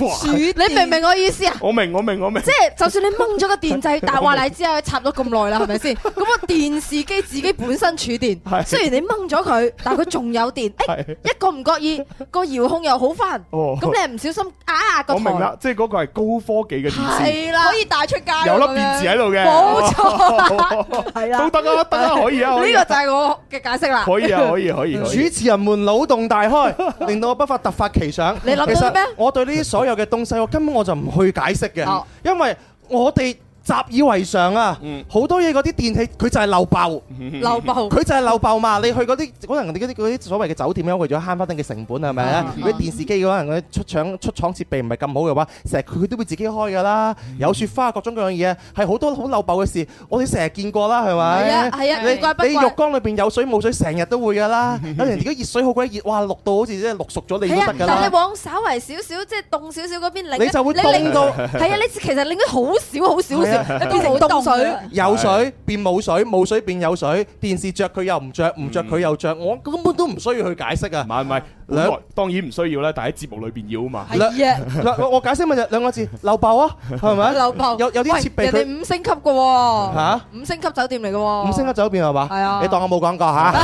Speaker 3: 哇
Speaker 5: 你明唔明我意思啊？
Speaker 3: 我明，我明，我明。
Speaker 5: 即係就算你掹咗個電掣，大話你之後插咗咁耐啦，係咪先？咁個電視機自己本身儲電，雖然你掹咗佢，但係佢仲有電。誒，一個唔覺意個遙控又好翻，
Speaker 3: 哦
Speaker 5: 咁你唔小心啊個
Speaker 3: 我明
Speaker 5: 台
Speaker 3: 啦，即係嗰個係高科技嘅電視，
Speaker 5: 係啦，可以帶出街
Speaker 3: 有粒電池喺度嘅。
Speaker 5: 冇錯啦， 係啦，
Speaker 3: 都得啊，得啊，可以啊，可以
Speaker 5: 呢個就係我嘅解釋啦。
Speaker 3: 可以啊可以可以可以
Speaker 2: 主持人們腦洞大開，令到我不法突發奇想。
Speaker 5: 你諗到啲咩
Speaker 2: 其實我對呢啲所有嘅東西，我根本我就唔去解釋嘅
Speaker 5: 哦，
Speaker 2: 因為我哋。習以為常啊！好多嘢嗰啲電器，佢就係漏爆，
Speaker 5: 漏爆
Speaker 2: 佢就係漏爆嘛！你去嗰啲可能嗰啲嗰啲所謂嘅酒店咧，為咗慳翻啲嘅成本係咪啊？嗰啲電視機可能佢出廠出廠設備唔係咁好嘅話，成日佢都會自己開㗎啦，
Speaker 5: 嗯
Speaker 2: 有雪花各種各樣嘢，係好多好漏爆嘅事，我哋成日見過啦，係咪？
Speaker 5: 係啊係啊
Speaker 2: 哎你
Speaker 5: 唔怪不
Speaker 2: 你
Speaker 5: 怪
Speaker 2: 浴缸裏邊有水冇水，成日都會㗎 啦。有人而家熱水好鬼熱，哇！淥到好似即係淥熟咗你都
Speaker 5: 係啊，
Speaker 2: 得㗎
Speaker 5: 但係
Speaker 2: 啦
Speaker 5: 你。往稍為少少，即係凍少少嗰邊擰一，
Speaker 2: 你就會
Speaker 5: 你擰
Speaker 2: 凍到
Speaker 5: 係啊，你其實擰咗好少好少
Speaker 2: 係啊
Speaker 5: 少，你變成凍水。
Speaker 2: 有水變冇水，冇水變有水，電視着佢又唔着，唔着佢又着，我根本都唔需要去解釋啊！
Speaker 3: 唔係唔係，本來當然唔需要啦，但喺節目裏邊要啊嘛。
Speaker 2: 兩 兩我我解釋咪就兩個字漏爆 啊，係咪？
Speaker 5: 漏爆
Speaker 2: 有有啲
Speaker 5: 喂
Speaker 2: 設備
Speaker 5: 人哋
Speaker 2: 佢
Speaker 5: 五星級嘅喎，
Speaker 2: 嚇
Speaker 5: 五星級酒店嚟嘅喎，
Speaker 2: 五星級酒店係嘛？
Speaker 5: 係啊
Speaker 2: 你當我冇講過 嚇？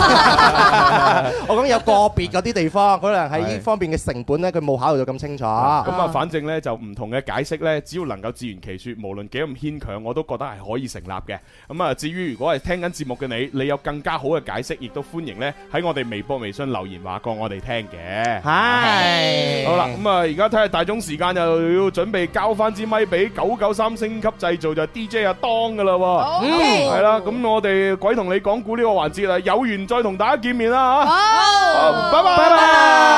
Speaker 2: 我講有個別嗰啲地方，可能喺呢方面嘅成本咧，佢冇考慮到咁清楚。
Speaker 3: 咁啊，反正呢，就唔同嘅解釋呢，只要能夠自圓其説，無論幾咁牽強，我都覺得係可以成立嘅。咁啊，至於如果係聽緊節目嘅你，你有更加好嘅解釋，亦都歡迎呢喺我哋微博、微信留言話過我哋聽嘅。
Speaker 2: 係
Speaker 3: 好啦，咁啊，而家睇下大鐘時間又要準備交翻支咪俾九九三星級製造就 DJ 阿當噶啦喎。
Speaker 6: 好
Speaker 3: 嗯
Speaker 6: 好
Speaker 3: 係啦，咁我哋鬼同你講故呢個環節啦，有緣再同大家見面啦嚇。
Speaker 6: 好
Speaker 3: 啊好拜拜
Speaker 6: 拜拜